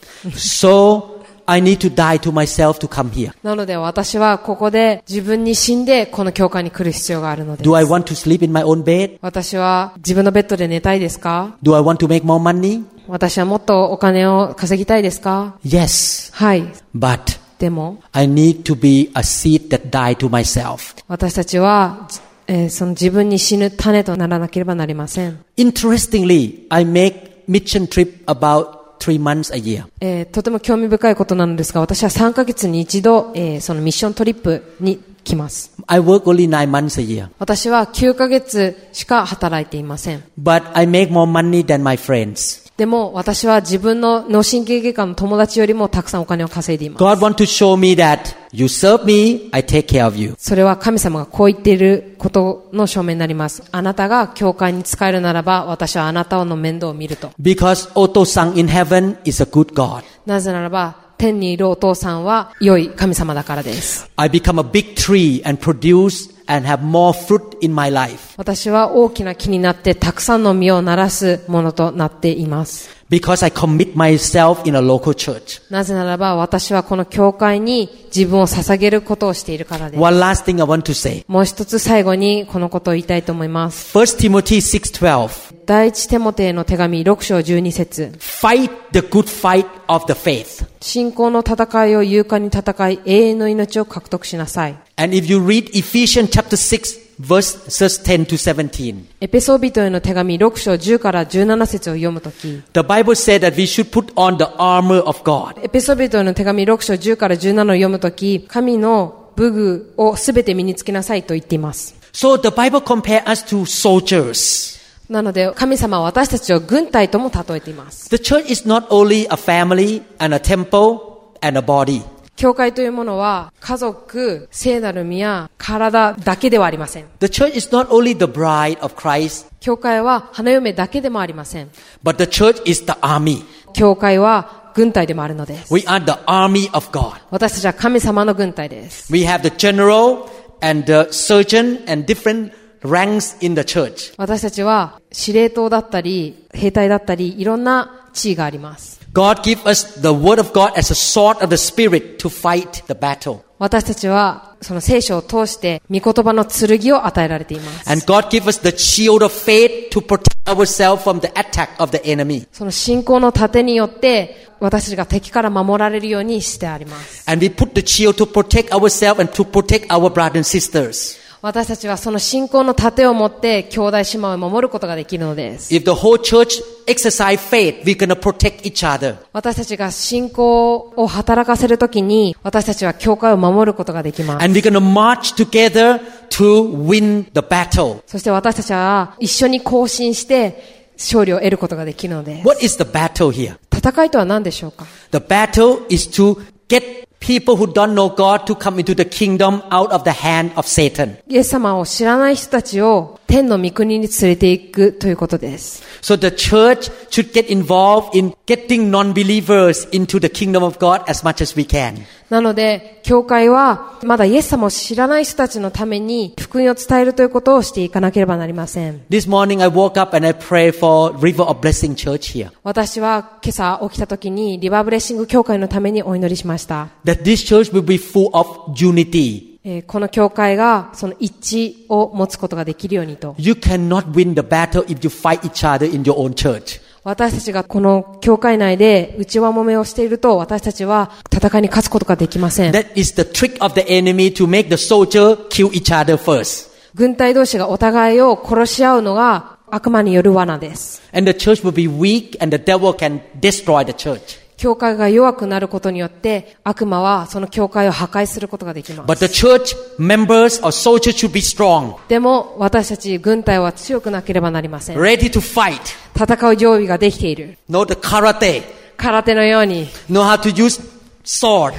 Speaker 2: so I need to die to myself to come here.
Speaker 3: なので私はここで自分に死んでこの教会に来る必要があるのです
Speaker 2: Do I want to sleep in my own bed?
Speaker 3: 私は自分のベッドで寝たいですか
Speaker 2: Do I want to make more money?
Speaker 3: 私はもっとお金を稼ぎたいですか
Speaker 2: Yes,
Speaker 3: はい。
Speaker 2: but
Speaker 3: でも、
Speaker 2: I need to be a seed that die to myself.
Speaker 3: 私たちは、じえーその自分に死ぬ種とならなければなりません。
Speaker 2: Interestingly, I make mission trip about three months a year.
Speaker 3: えーとても興味深いことなのですが、私は3ヶ月に一度、えーそのミッショントリップに来ます。
Speaker 2: I work only nine months a year,
Speaker 3: 私は9ヶ月しか働いていません。
Speaker 2: but I make more money than my friends.
Speaker 3: でも、私は自分の脳神経外科の友達よりもたくさんお金を稼いでいます。
Speaker 2: God want to show me that you serve me, I take care of you.
Speaker 3: それは神様がこう言っていることの証明になります。あなたが教会に使えるならば、私はあなたの面倒を見ると。
Speaker 2: Because Otto Sang in heaven is a good God.
Speaker 3: なぜならば、天にいるお父さんは良い神様だからです。
Speaker 2: I become a big tree and produce and have more fruit in my life.
Speaker 3: 私は大きな木になってたくさんの実をならすものとなっています。
Speaker 2: Because I commit myself in a local church.
Speaker 3: なぜならば私はこの教会に自分を捧げることをしているからです。
Speaker 2: One last thing I want to say.
Speaker 3: もう一つ最後にこのことを言いたいと思います。
Speaker 2: 1 Timothy 6:12.
Speaker 3: 第一テモテへの手紙6章12節
Speaker 2: Fight the good fight of the faith.
Speaker 3: 信仰の戦いを勇敢に戦い、永遠の命を獲得しなさい。
Speaker 2: And if you read Ephesians chapter 6 verses 10 to 17,
Speaker 3: エペソビトへの手紙6章10から17節を読むとき、
Speaker 2: the Bible said that we should put on the armor of God.
Speaker 3: エペソビトへの手紙6章10から17を読むとき、神の武具をすべて身につけなさいと言っています。
Speaker 2: So the Bible compare us to soldiers.
Speaker 3: なので、神様は私たちを軍隊とも例えています。
Speaker 2: The church is not only a family and a temple and a body.
Speaker 3: 教会というものは、家族、聖なる宮、体だけではありません。
Speaker 2: The church is not only the bride of Christ,
Speaker 3: 教会は花嫁だけでもありません。
Speaker 2: but the church is the army.
Speaker 3: 教会は軍隊でもあるのです。
Speaker 2: We are the army of God.
Speaker 3: 私たちは神様の軍隊です。
Speaker 2: We have the general and the surgeon and different ranks in the church.
Speaker 3: 私たちは司令塔だったり、兵隊だったり、いろんな地位があります。
Speaker 2: God give us the word of God as a sword of the spirit to fight the battle.
Speaker 3: 私たちはその聖書を通して御言葉の剣を与えられています
Speaker 2: And God give us the shield of faith to protect ourselves from the attack of the enemy.
Speaker 3: その信仰の盾によって私たちが敵から守られるようにしてあります
Speaker 2: And we put the shield to protect ourselves and to protect our brothers and sisters.
Speaker 3: 私たちはその信仰の盾を持って兄弟姉妹を守ることができるのです
Speaker 2: If the whole church exercise faith, we're gonna protect each other.
Speaker 3: 私たちが信仰を働かせるときに私たちは教会を守ることができます
Speaker 2: And we're gonna march together to win the battle.
Speaker 3: そして私たちは一緒に行進して勝利を得ることができるので
Speaker 2: What is the battle here?
Speaker 3: す戦いとは何でしょうか
Speaker 2: The battle is to get people who don't know God to come into the kingdom out of the hand of Satan.
Speaker 3: イエス様を知らない人たちを天の御国に連れていくということです。
Speaker 2: So the church should get involved in getting non-believers into the kingdom of God as much as we can.
Speaker 3: なので、教会はまだイエス様を知らない人たちのために福音を伝えるということをしていかなければなりません。
Speaker 2: This morning I woke up and I prayed for River of Blessing Church here.
Speaker 3: 私は今朝起きた時にリバーブレッシング教会のためにお祈りしました。
Speaker 2: That this church will be full of unity.
Speaker 3: えーこの教会がその一致を持つことができるようにと。
Speaker 2: You cannot win the battle if you fight each other in your own church.
Speaker 3: 私たちがこの教会内で内輪揉めをしていると私たちは戦いに勝つことができません。
Speaker 2: That is the trick of the enemy to make the soldier kill each other first.
Speaker 3: 軍隊同士がお互いを殺し合うのが悪魔による罠です。
Speaker 2: And the church will be weak and the devil can destroy the church.
Speaker 3: 教会が弱くなることによって悪魔はその教会を破壊することができま
Speaker 2: But the
Speaker 3: す。
Speaker 2: church members or soldiers should be strong,
Speaker 3: でも私たち軍隊は強くなければなりません。
Speaker 2: ready to fight,
Speaker 3: 戦う準備ができている。
Speaker 2: know the karate,
Speaker 3: 空手のように
Speaker 2: know how to use sword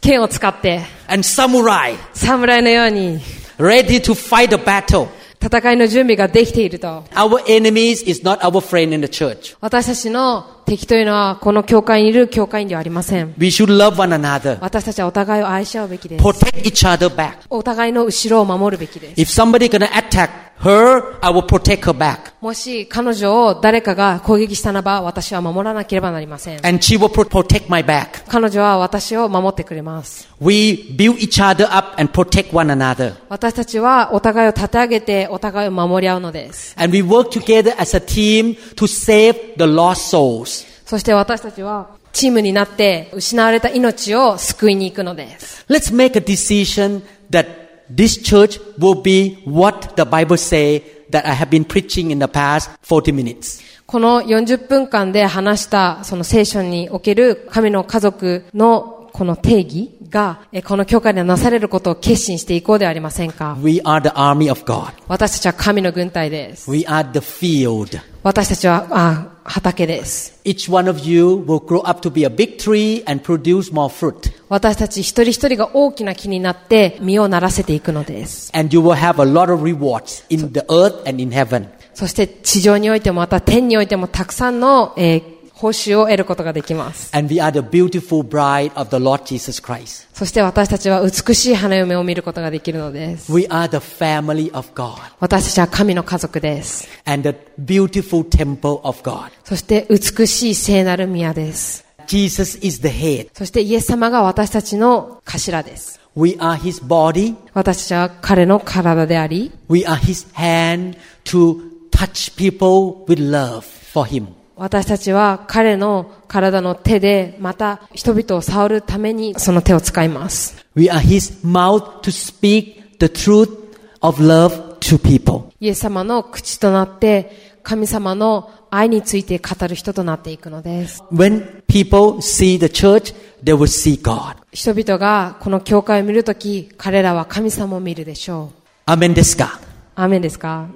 Speaker 3: 剣を使って、
Speaker 2: and samurai,
Speaker 3: 侍のように
Speaker 2: ready to fight the battle.
Speaker 3: 戦いの準備ができていると。
Speaker 2: Our enemies is not our friend in the church.
Speaker 3: 私たちの敵というのはこの教会にいる教会員ではありません。
Speaker 2: We should love one another,
Speaker 3: 私たちはお互いを愛し合うべきです。
Speaker 2: protect each other back.
Speaker 3: お互いの後ろを守るべきです。
Speaker 2: If somebody gonna attack her, I will protect her back,
Speaker 3: もし彼女を誰かが攻撃したならば私は守らなければなりません。
Speaker 2: and she will pro- protect my back.
Speaker 3: 彼女は私を守ってくれます。
Speaker 2: We build each other up and protect one another.
Speaker 3: 私たちはお互いを立て上げてお互いを守り合うのです。
Speaker 2: And we work together as a team to save the lost souls.
Speaker 3: そして私たちはチームになって失われた命を救いに行くのです。
Speaker 2: Let's make a decision that this church will be what the Bible say that I have been preaching in the past 40 minutes.
Speaker 3: この40分間で話したその聖書における神の家族のこの定義がえこの教会でなされることを決心していこうではありませんか。
Speaker 2: We are the army of God.
Speaker 3: 私たちは神の軍隊です。
Speaker 2: We are the field.
Speaker 3: 私たちはあ畑です。
Speaker 2: Each one of you will grow up to be a big tree and produce more fruit.
Speaker 3: 私たち一人一人が大きな木になって実をならせていくのです。
Speaker 2: And you will have a lot of rewards in the earth and in heaven.
Speaker 3: そして地上においてもまた天においてもたくさんの、えー報酬を得ることができます。
Speaker 2: And we are the beautiful bride of the Lord Jesus Christ.
Speaker 3: そして私たちは美しい花嫁を見ることができるのです。
Speaker 2: We are the family of God.
Speaker 3: 私たちは神の家族です。
Speaker 2: and the beautiful temple of God.
Speaker 3: そして美しい聖なる宮です。
Speaker 2: Jesus is the head.
Speaker 3: そしてイエス様が私たちの頭です。
Speaker 2: We are his body.
Speaker 3: 私たちは彼の体であり、
Speaker 2: We are his hand to touch people with love for him.
Speaker 3: 私たちは彼の体の手で、また人々を触るためにその手を使います。
Speaker 2: We are his mouth to speak the truth of love to people.
Speaker 3: イエス様の口となって、神様の愛について語る人となっていくのです。
Speaker 2: When people see the church, they will see God.
Speaker 3: 人々がこの教会を見るとき、彼らは神様を見るでしょ
Speaker 2: Amen. Deska.
Speaker 3: う。アーメンですか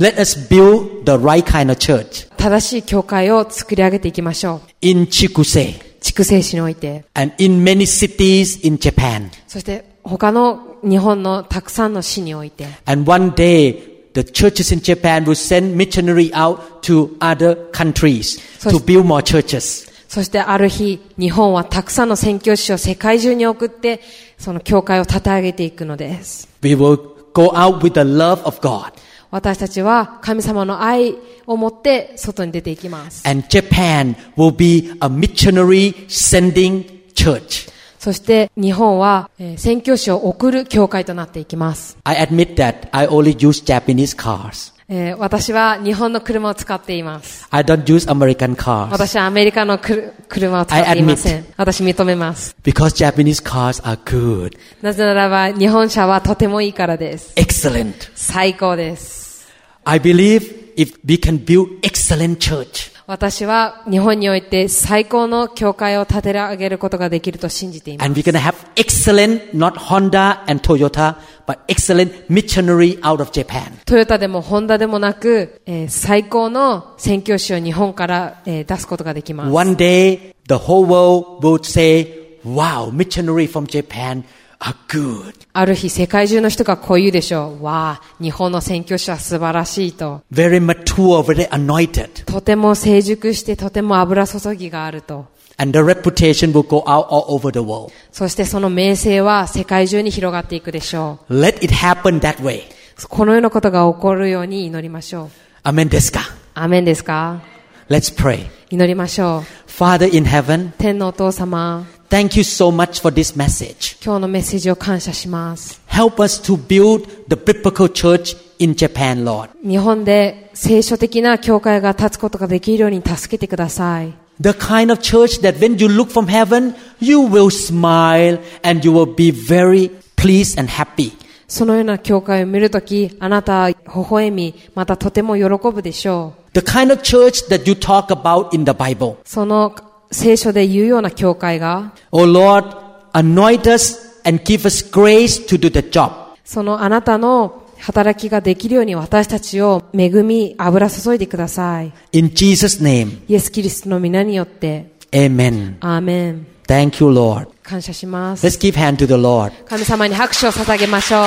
Speaker 2: Let us build the right kind of church
Speaker 3: 正しい教会を作り上げていきましょ
Speaker 2: in Chikuse
Speaker 3: う。畜生市において。
Speaker 2: and in many cities in Japan.
Speaker 3: そして他の日本のたくさんの市において。
Speaker 2: And one day, the churches in Japan will send missionary out to other countries
Speaker 3: So-
Speaker 2: to build more churches.
Speaker 3: そしてある日、日本はたくさんの宣教師を世界中に送って、その教会を立て上げていくのです。
Speaker 2: We will go out with the love of God.
Speaker 3: 私たちは神様の愛を持って外に出ていきます。
Speaker 2: And Japan will be a missionary sending church.
Speaker 3: そして日本は、えー宣教師を送る教会となっていきます。
Speaker 2: I admit that I only use Japanese cars.
Speaker 3: えー私は日本の車を使っています。
Speaker 2: I don't use American cars
Speaker 3: 私はアメリカのくる車を使っていませ
Speaker 2: I
Speaker 3: ん。私認めます。
Speaker 2: because Japanese cars are good,
Speaker 3: なぜならば日本車はとてもいいからです。
Speaker 2: excellent.
Speaker 3: 最高です。
Speaker 2: I believe if we can build excellent church,
Speaker 3: 私は日本において最高の教会を立て上げることができると信じています。
Speaker 2: And we're going to have excellent, not Honda and Toyota, but excellent missionary out of Japan.
Speaker 3: トヨタでもホンダでもなく、えー最高の宣教師を日本から、えー出すことができます。
Speaker 2: One day, the whole world will say, wow, missionary from Japan are good.
Speaker 3: ある日世界中の人がこう言うでしょう。わあ、日本の宣教師は素晴らしいと。
Speaker 2: Very mature, very anointed.
Speaker 3: とても成熟してとても油注ぎがあると。
Speaker 2: And their reputation will go out all over the world.
Speaker 3: そしてその名声は世界中に広がっていくでしょ
Speaker 2: Let it happen that way.
Speaker 3: う。このようなことが起こるように祈りましょう。
Speaker 2: Amen desu ka?
Speaker 3: アーメンですか
Speaker 2: Let's pray.
Speaker 3: 祈りましょ
Speaker 2: Father in heaven,
Speaker 3: う。天のお父様、
Speaker 2: thank you so much for this message.
Speaker 3: 今日のメッセージを感謝します。
Speaker 2: Help us to build the biblical church in Japan, Lord.
Speaker 3: 日本で聖書的な教会が立つことができるように助けてください。
Speaker 2: The kind of church that when you look from heaven, you will smile and you will be very pleased and happy.
Speaker 3: そのような教会を見るとき、あなたは微笑み、またとても喜ぶでしょう。
Speaker 2: The kind of church that you talk about in the Bible.
Speaker 3: その聖書で言うような教会が、
Speaker 2: Oh Lord, anoint us and give us grace to do the job.
Speaker 3: そのあなたの働きができるように私たちを恵み、油注いでください。
Speaker 2: In Jesus' name,
Speaker 3: イエス・キリストの皆によって、
Speaker 2: amen.
Speaker 3: アーメン。
Speaker 2: Thank you, Lord.
Speaker 3: 感謝します。
Speaker 2: Let's give hand to the Lord.
Speaker 3: 神様に拍手を捧げましょう。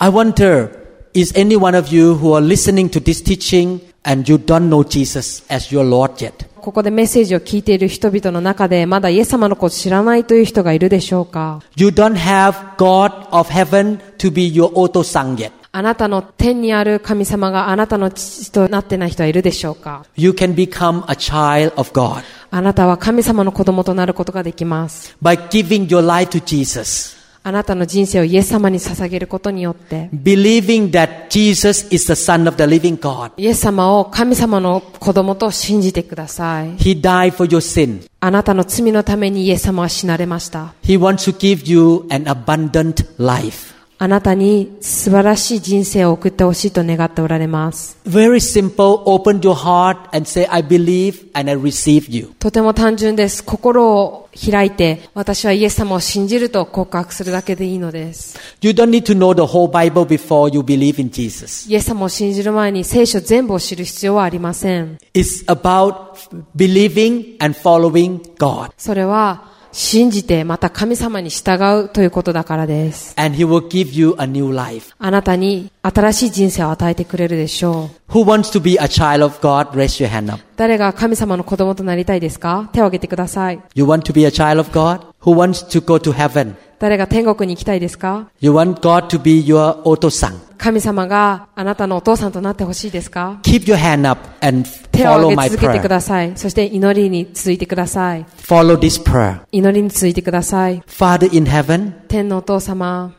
Speaker 2: I wonder, is any one of you who are listening to this teaching and you don't know Jesus as your Lord yet?
Speaker 3: ここでメッセージを聞いている人々の中で、まだイエス様のことを知らないという人がいるでしょうか
Speaker 2: You don't have God of heaven to be your otosang yet.
Speaker 3: あなたの天にある神様があなたの父となってない人はいるでしょうか
Speaker 2: You can become a child of God
Speaker 3: あなたは神様の子供となることができます。
Speaker 2: by giving your life to Jesus,
Speaker 3: あなたの人生をイエス様に捧げることによって、
Speaker 2: believing that Jesus is the Son of the living God.
Speaker 3: イエス様を神様の子供と信じてください。
Speaker 2: He died for your sin.
Speaker 3: あなたの罪のためにイエス様は死なれました。
Speaker 2: He wants to give you an abundant life.
Speaker 3: あなたに素晴らしい人生を送ってほしいと願っておられます。
Speaker 2: Very simple, open your heart and say, I believe and I receive you.
Speaker 3: とても単純です。心を開いて、私はイエス様を信じると告白するだけでいいのです。
Speaker 2: You don't need to know the whole Bible before you believe in Jesus.
Speaker 3: イエス様を信じる前に聖書全部を知る必要はありません。
Speaker 2: It's about believing and following God.
Speaker 3: それは、信じてまた神様に従うということだからです。
Speaker 2: And He will give you a new life.
Speaker 3: あなたに新しい人生を与えてくれるでしょう。
Speaker 2: Who wants to be a child of God? Raise your hand up.
Speaker 3: 誰が神様の子供となりたいですか手を挙げてください。
Speaker 2: You want to be a child of God? Who wants to go to heaven?
Speaker 3: 誰が天国に行きたいですか
Speaker 2: You want God to be your otosang.
Speaker 3: 神様があなたのお父さんとなってほしいですか
Speaker 2: Keep your hand up and
Speaker 3: 手を
Speaker 2: follow
Speaker 3: 挙げ
Speaker 2: my
Speaker 3: 続けてく
Speaker 2: prayer.
Speaker 3: ださい。そして祈りに続いてください。
Speaker 2: Follow this prayer.
Speaker 3: 祈りに続いてください。
Speaker 2: Father in heaven,
Speaker 3: 天のお父様、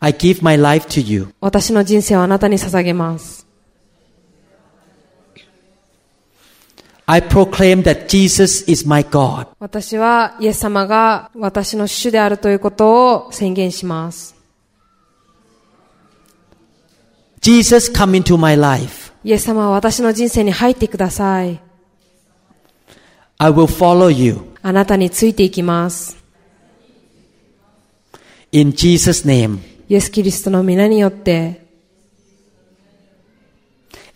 Speaker 2: I give my life to you.
Speaker 3: 私の人生をあなたに捧げます。
Speaker 2: I proclaim that Jesus is my God.
Speaker 3: 私はイエス様が私の主であるということを宣言します。
Speaker 2: Jesus come into my life.
Speaker 3: イエス様は私の人生に入ってください。
Speaker 2: I will follow you.
Speaker 3: あなたについていきます。
Speaker 2: In Jesus name.
Speaker 3: イエス・キリストの皆によって、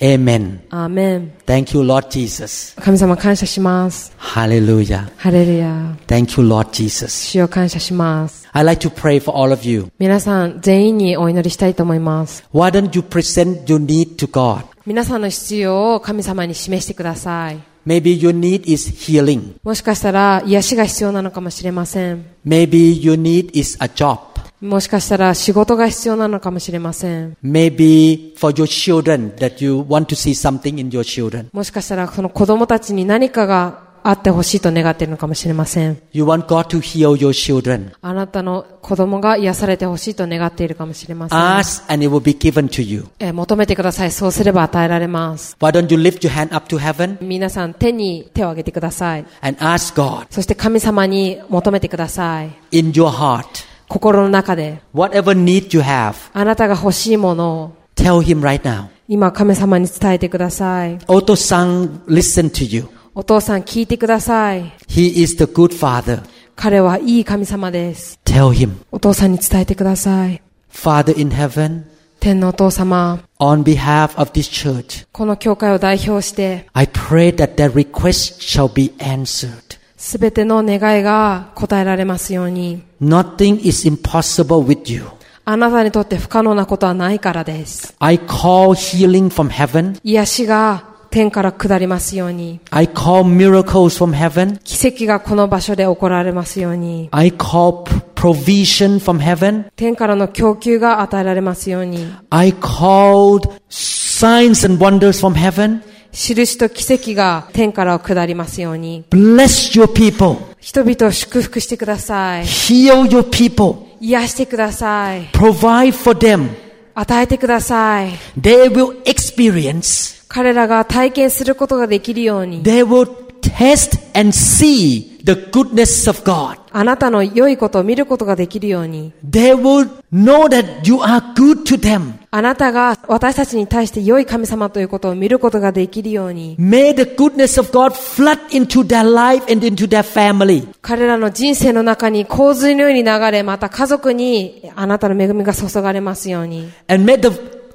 Speaker 2: Amen.
Speaker 3: アーメン。
Speaker 2: Thank you, Lord Jesus.
Speaker 3: 神様感謝します。
Speaker 2: Hallelujah.
Speaker 3: ハレルヤ。
Speaker 2: Thank you, Lord Jesus.
Speaker 3: 主を感謝します。
Speaker 2: I'd like to pray for all of you.
Speaker 3: 皆さん全員にお祈りしたいと思います。
Speaker 2: Why don't you present your need to God?
Speaker 3: 皆さんの必要を神様に示してください。
Speaker 2: Maybe your need is healing.
Speaker 3: もしかしたら癒しが必要なのかもしれません。
Speaker 2: Maybe your need is a job.
Speaker 3: もしかしたら仕事が必要なのかもしれません。
Speaker 2: Maybe for your children that you want to see something in your children.
Speaker 3: もしかしたらその子供たちに何かがあってほしいと願っているのかもしれません。
Speaker 2: You want God to heal your children.
Speaker 3: あなたの子供が癒されてほしいと願っているかもしれません。
Speaker 2: Ask and it will be given to you.
Speaker 3: えー求めてください。そうすれば与えられます。
Speaker 2: Why don't you lift your hand up to heaven
Speaker 3: 皆さん手に手を挙げてください。
Speaker 2: and ask God
Speaker 3: そして神様に求めてください。
Speaker 2: in your heart,
Speaker 3: 心の中で。
Speaker 2: whatever need you have,
Speaker 3: あなたが欲しいものを
Speaker 2: tell Him right now.
Speaker 3: 今神様に伝えてください。
Speaker 2: Otto-san, listen to you.
Speaker 3: お父さん聞いてください。
Speaker 2: He is the good father.
Speaker 3: 彼はいい神様です。
Speaker 2: Tell him,
Speaker 3: お父さんに伝えてください。
Speaker 2: Father in heaven,
Speaker 3: 天のお父様、
Speaker 2: on behalf of this church,
Speaker 3: この教会を代表して、
Speaker 2: I pray that their request shall be answered.
Speaker 3: すべての願いが答えられますように、
Speaker 2: Nothing is impossible with you.
Speaker 3: あなたにとって不可能なことはないからです。
Speaker 2: I call healing from heaven.
Speaker 3: 癒しが天から下りますように、
Speaker 2: I call miracles from heaven.
Speaker 3: 奇跡がこの場所で起こられますように、
Speaker 2: I call p- provision from heaven.
Speaker 3: 天からの供給が与えられますように、
Speaker 2: I called signs and wonders from heaven.
Speaker 3: 印と奇跡が天から下りますように、
Speaker 2: Bless your people.
Speaker 3: 人々を祝福してください。
Speaker 2: Heal your people.
Speaker 3: 癒してください。
Speaker 2: Provide for them.
Speaker 3: 与えてください。
Speaker 2: They will experience.
Speaker 3: 彼らが体験することができるように、
Speaker 2: They will test and see the goodness of God.
Speaker 3: あなたの良いことを見ることができるように、
Speaker 2: They will know that you are good to them.
Speaker 3: あなたが私たちに対して良い神様ということを見ることができるように、
Speaker 2: May the goodness of God flood into their life and into their family.
Speaker 3: 彼らの人生の中に洪水のように流れ、また家族にあなたの恵みが注がれますように、
Speaker 2: And may the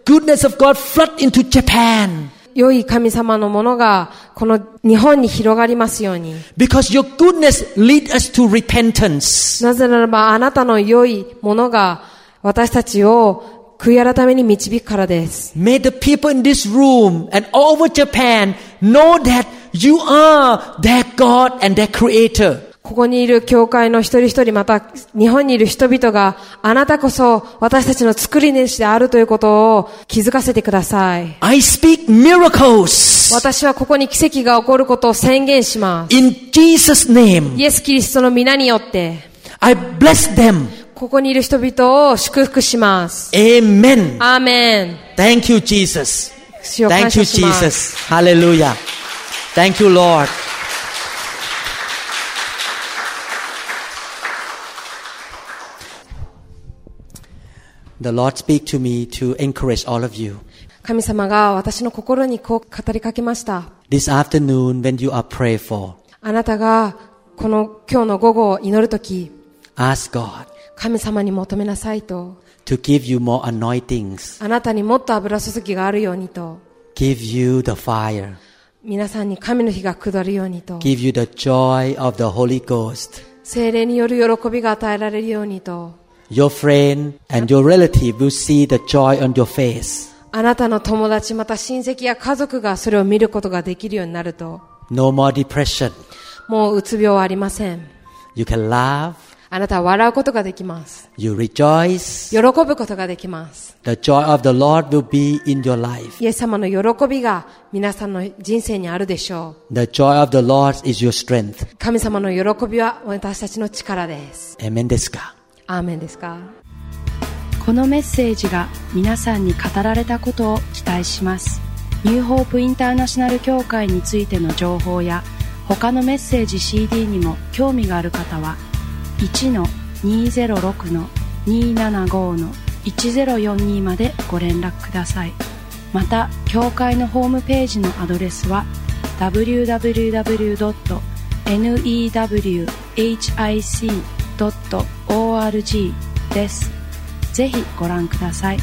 Speaker 2: goodness of God flood into Japan.
Speaker 3: 良い神様のものがこの日本に広がりますように、
Speaker 2: Because your goodness leads us to repentance.
Speaker 3: なぜならばあなたの良いものが私たちを悔い改めに導くからです。
Speaker 2: May the people in this room and all over Japan know that you are their God and their creator.
Speaker 3: ここにいる教会の一人一人、また日本にいる人々があなたこそ私たちの作り主であるということを気づかせてください。
Speaker 2: I speak miracles
Speaker 3: 私はここに奇跡が起こることを宣言します。
Speaker 2: in Jesus' name.
Speaker 3: イエス・キリストの皆によって、
Speaker 2: I bless them.
Speaker 3: ここにいる人々を祝福します。
Speaker 2: Amen.
Speaker 3: アーメン。
Speaker 2: Thank you, Jesus.
Speaker 3: 主を感
Speaker 2: Thank
Speaker 3: 謝
Speaker 2: you,
Speaker 3: します
Speaker 2: Jesus. Hallelujah. Thank you, Lord. The Lord speak to me to encourage all of you.
Speaker 3: 神様が私の心にこう語りかけました。
Speaker 2: This afternoon, when you are prayed for,
Speaker 3: あなたがこの今日の午後を祈るとき、
Speaker 2: ask God
Speaker 3: 神様に求めなさいと、
Speaker 2: to give you more anointings,
Speaker 3: あなたにもっと油注ぎがあるようにと、
Speaker 2: give you the fire,
Speaker 3: 皆さんに神の日が下るようにと、
Speaker 2: give you the joy of the Holy Ghost.
Speaker 3: 精霊による喜びが与えられるようにと、
Speaker 2: Your friend and your relative will see the joy on your face.
Speaker 3: あなたの友達また親戚や家族がそれを見ることができるようになると、
Speaker 2: No more depression.
Speaker 3: もううつ病はありません。
Speaker 2: You can laugh,
Speaker 3: あなたは笑うことができます。
Speaker 2: you rejoice.
Speaker 3: 喜ぶことができます。
Speaker 2: The joy of the Lord will be in your life.
Speaker 3: イエス様の喜びが皆さんの人生にあるでしょ
Speaker 2: The joy of the Lord is your strength.
Speaker 3: う。神様の喜びは私たちの力です。
Speaker 2: Amen. desu ka?
Speaker 3: アーメンですか
Speaker 1: このメッセージが皆さんに語られたことを期待しますニューホープインターナショナル協会についての情報や他のメッセージ CD にも興味がある方は1-206-275-1042までご連絡くださいまた協会のホームページのアドレスは www.newhic.org ですぜひご覧ください。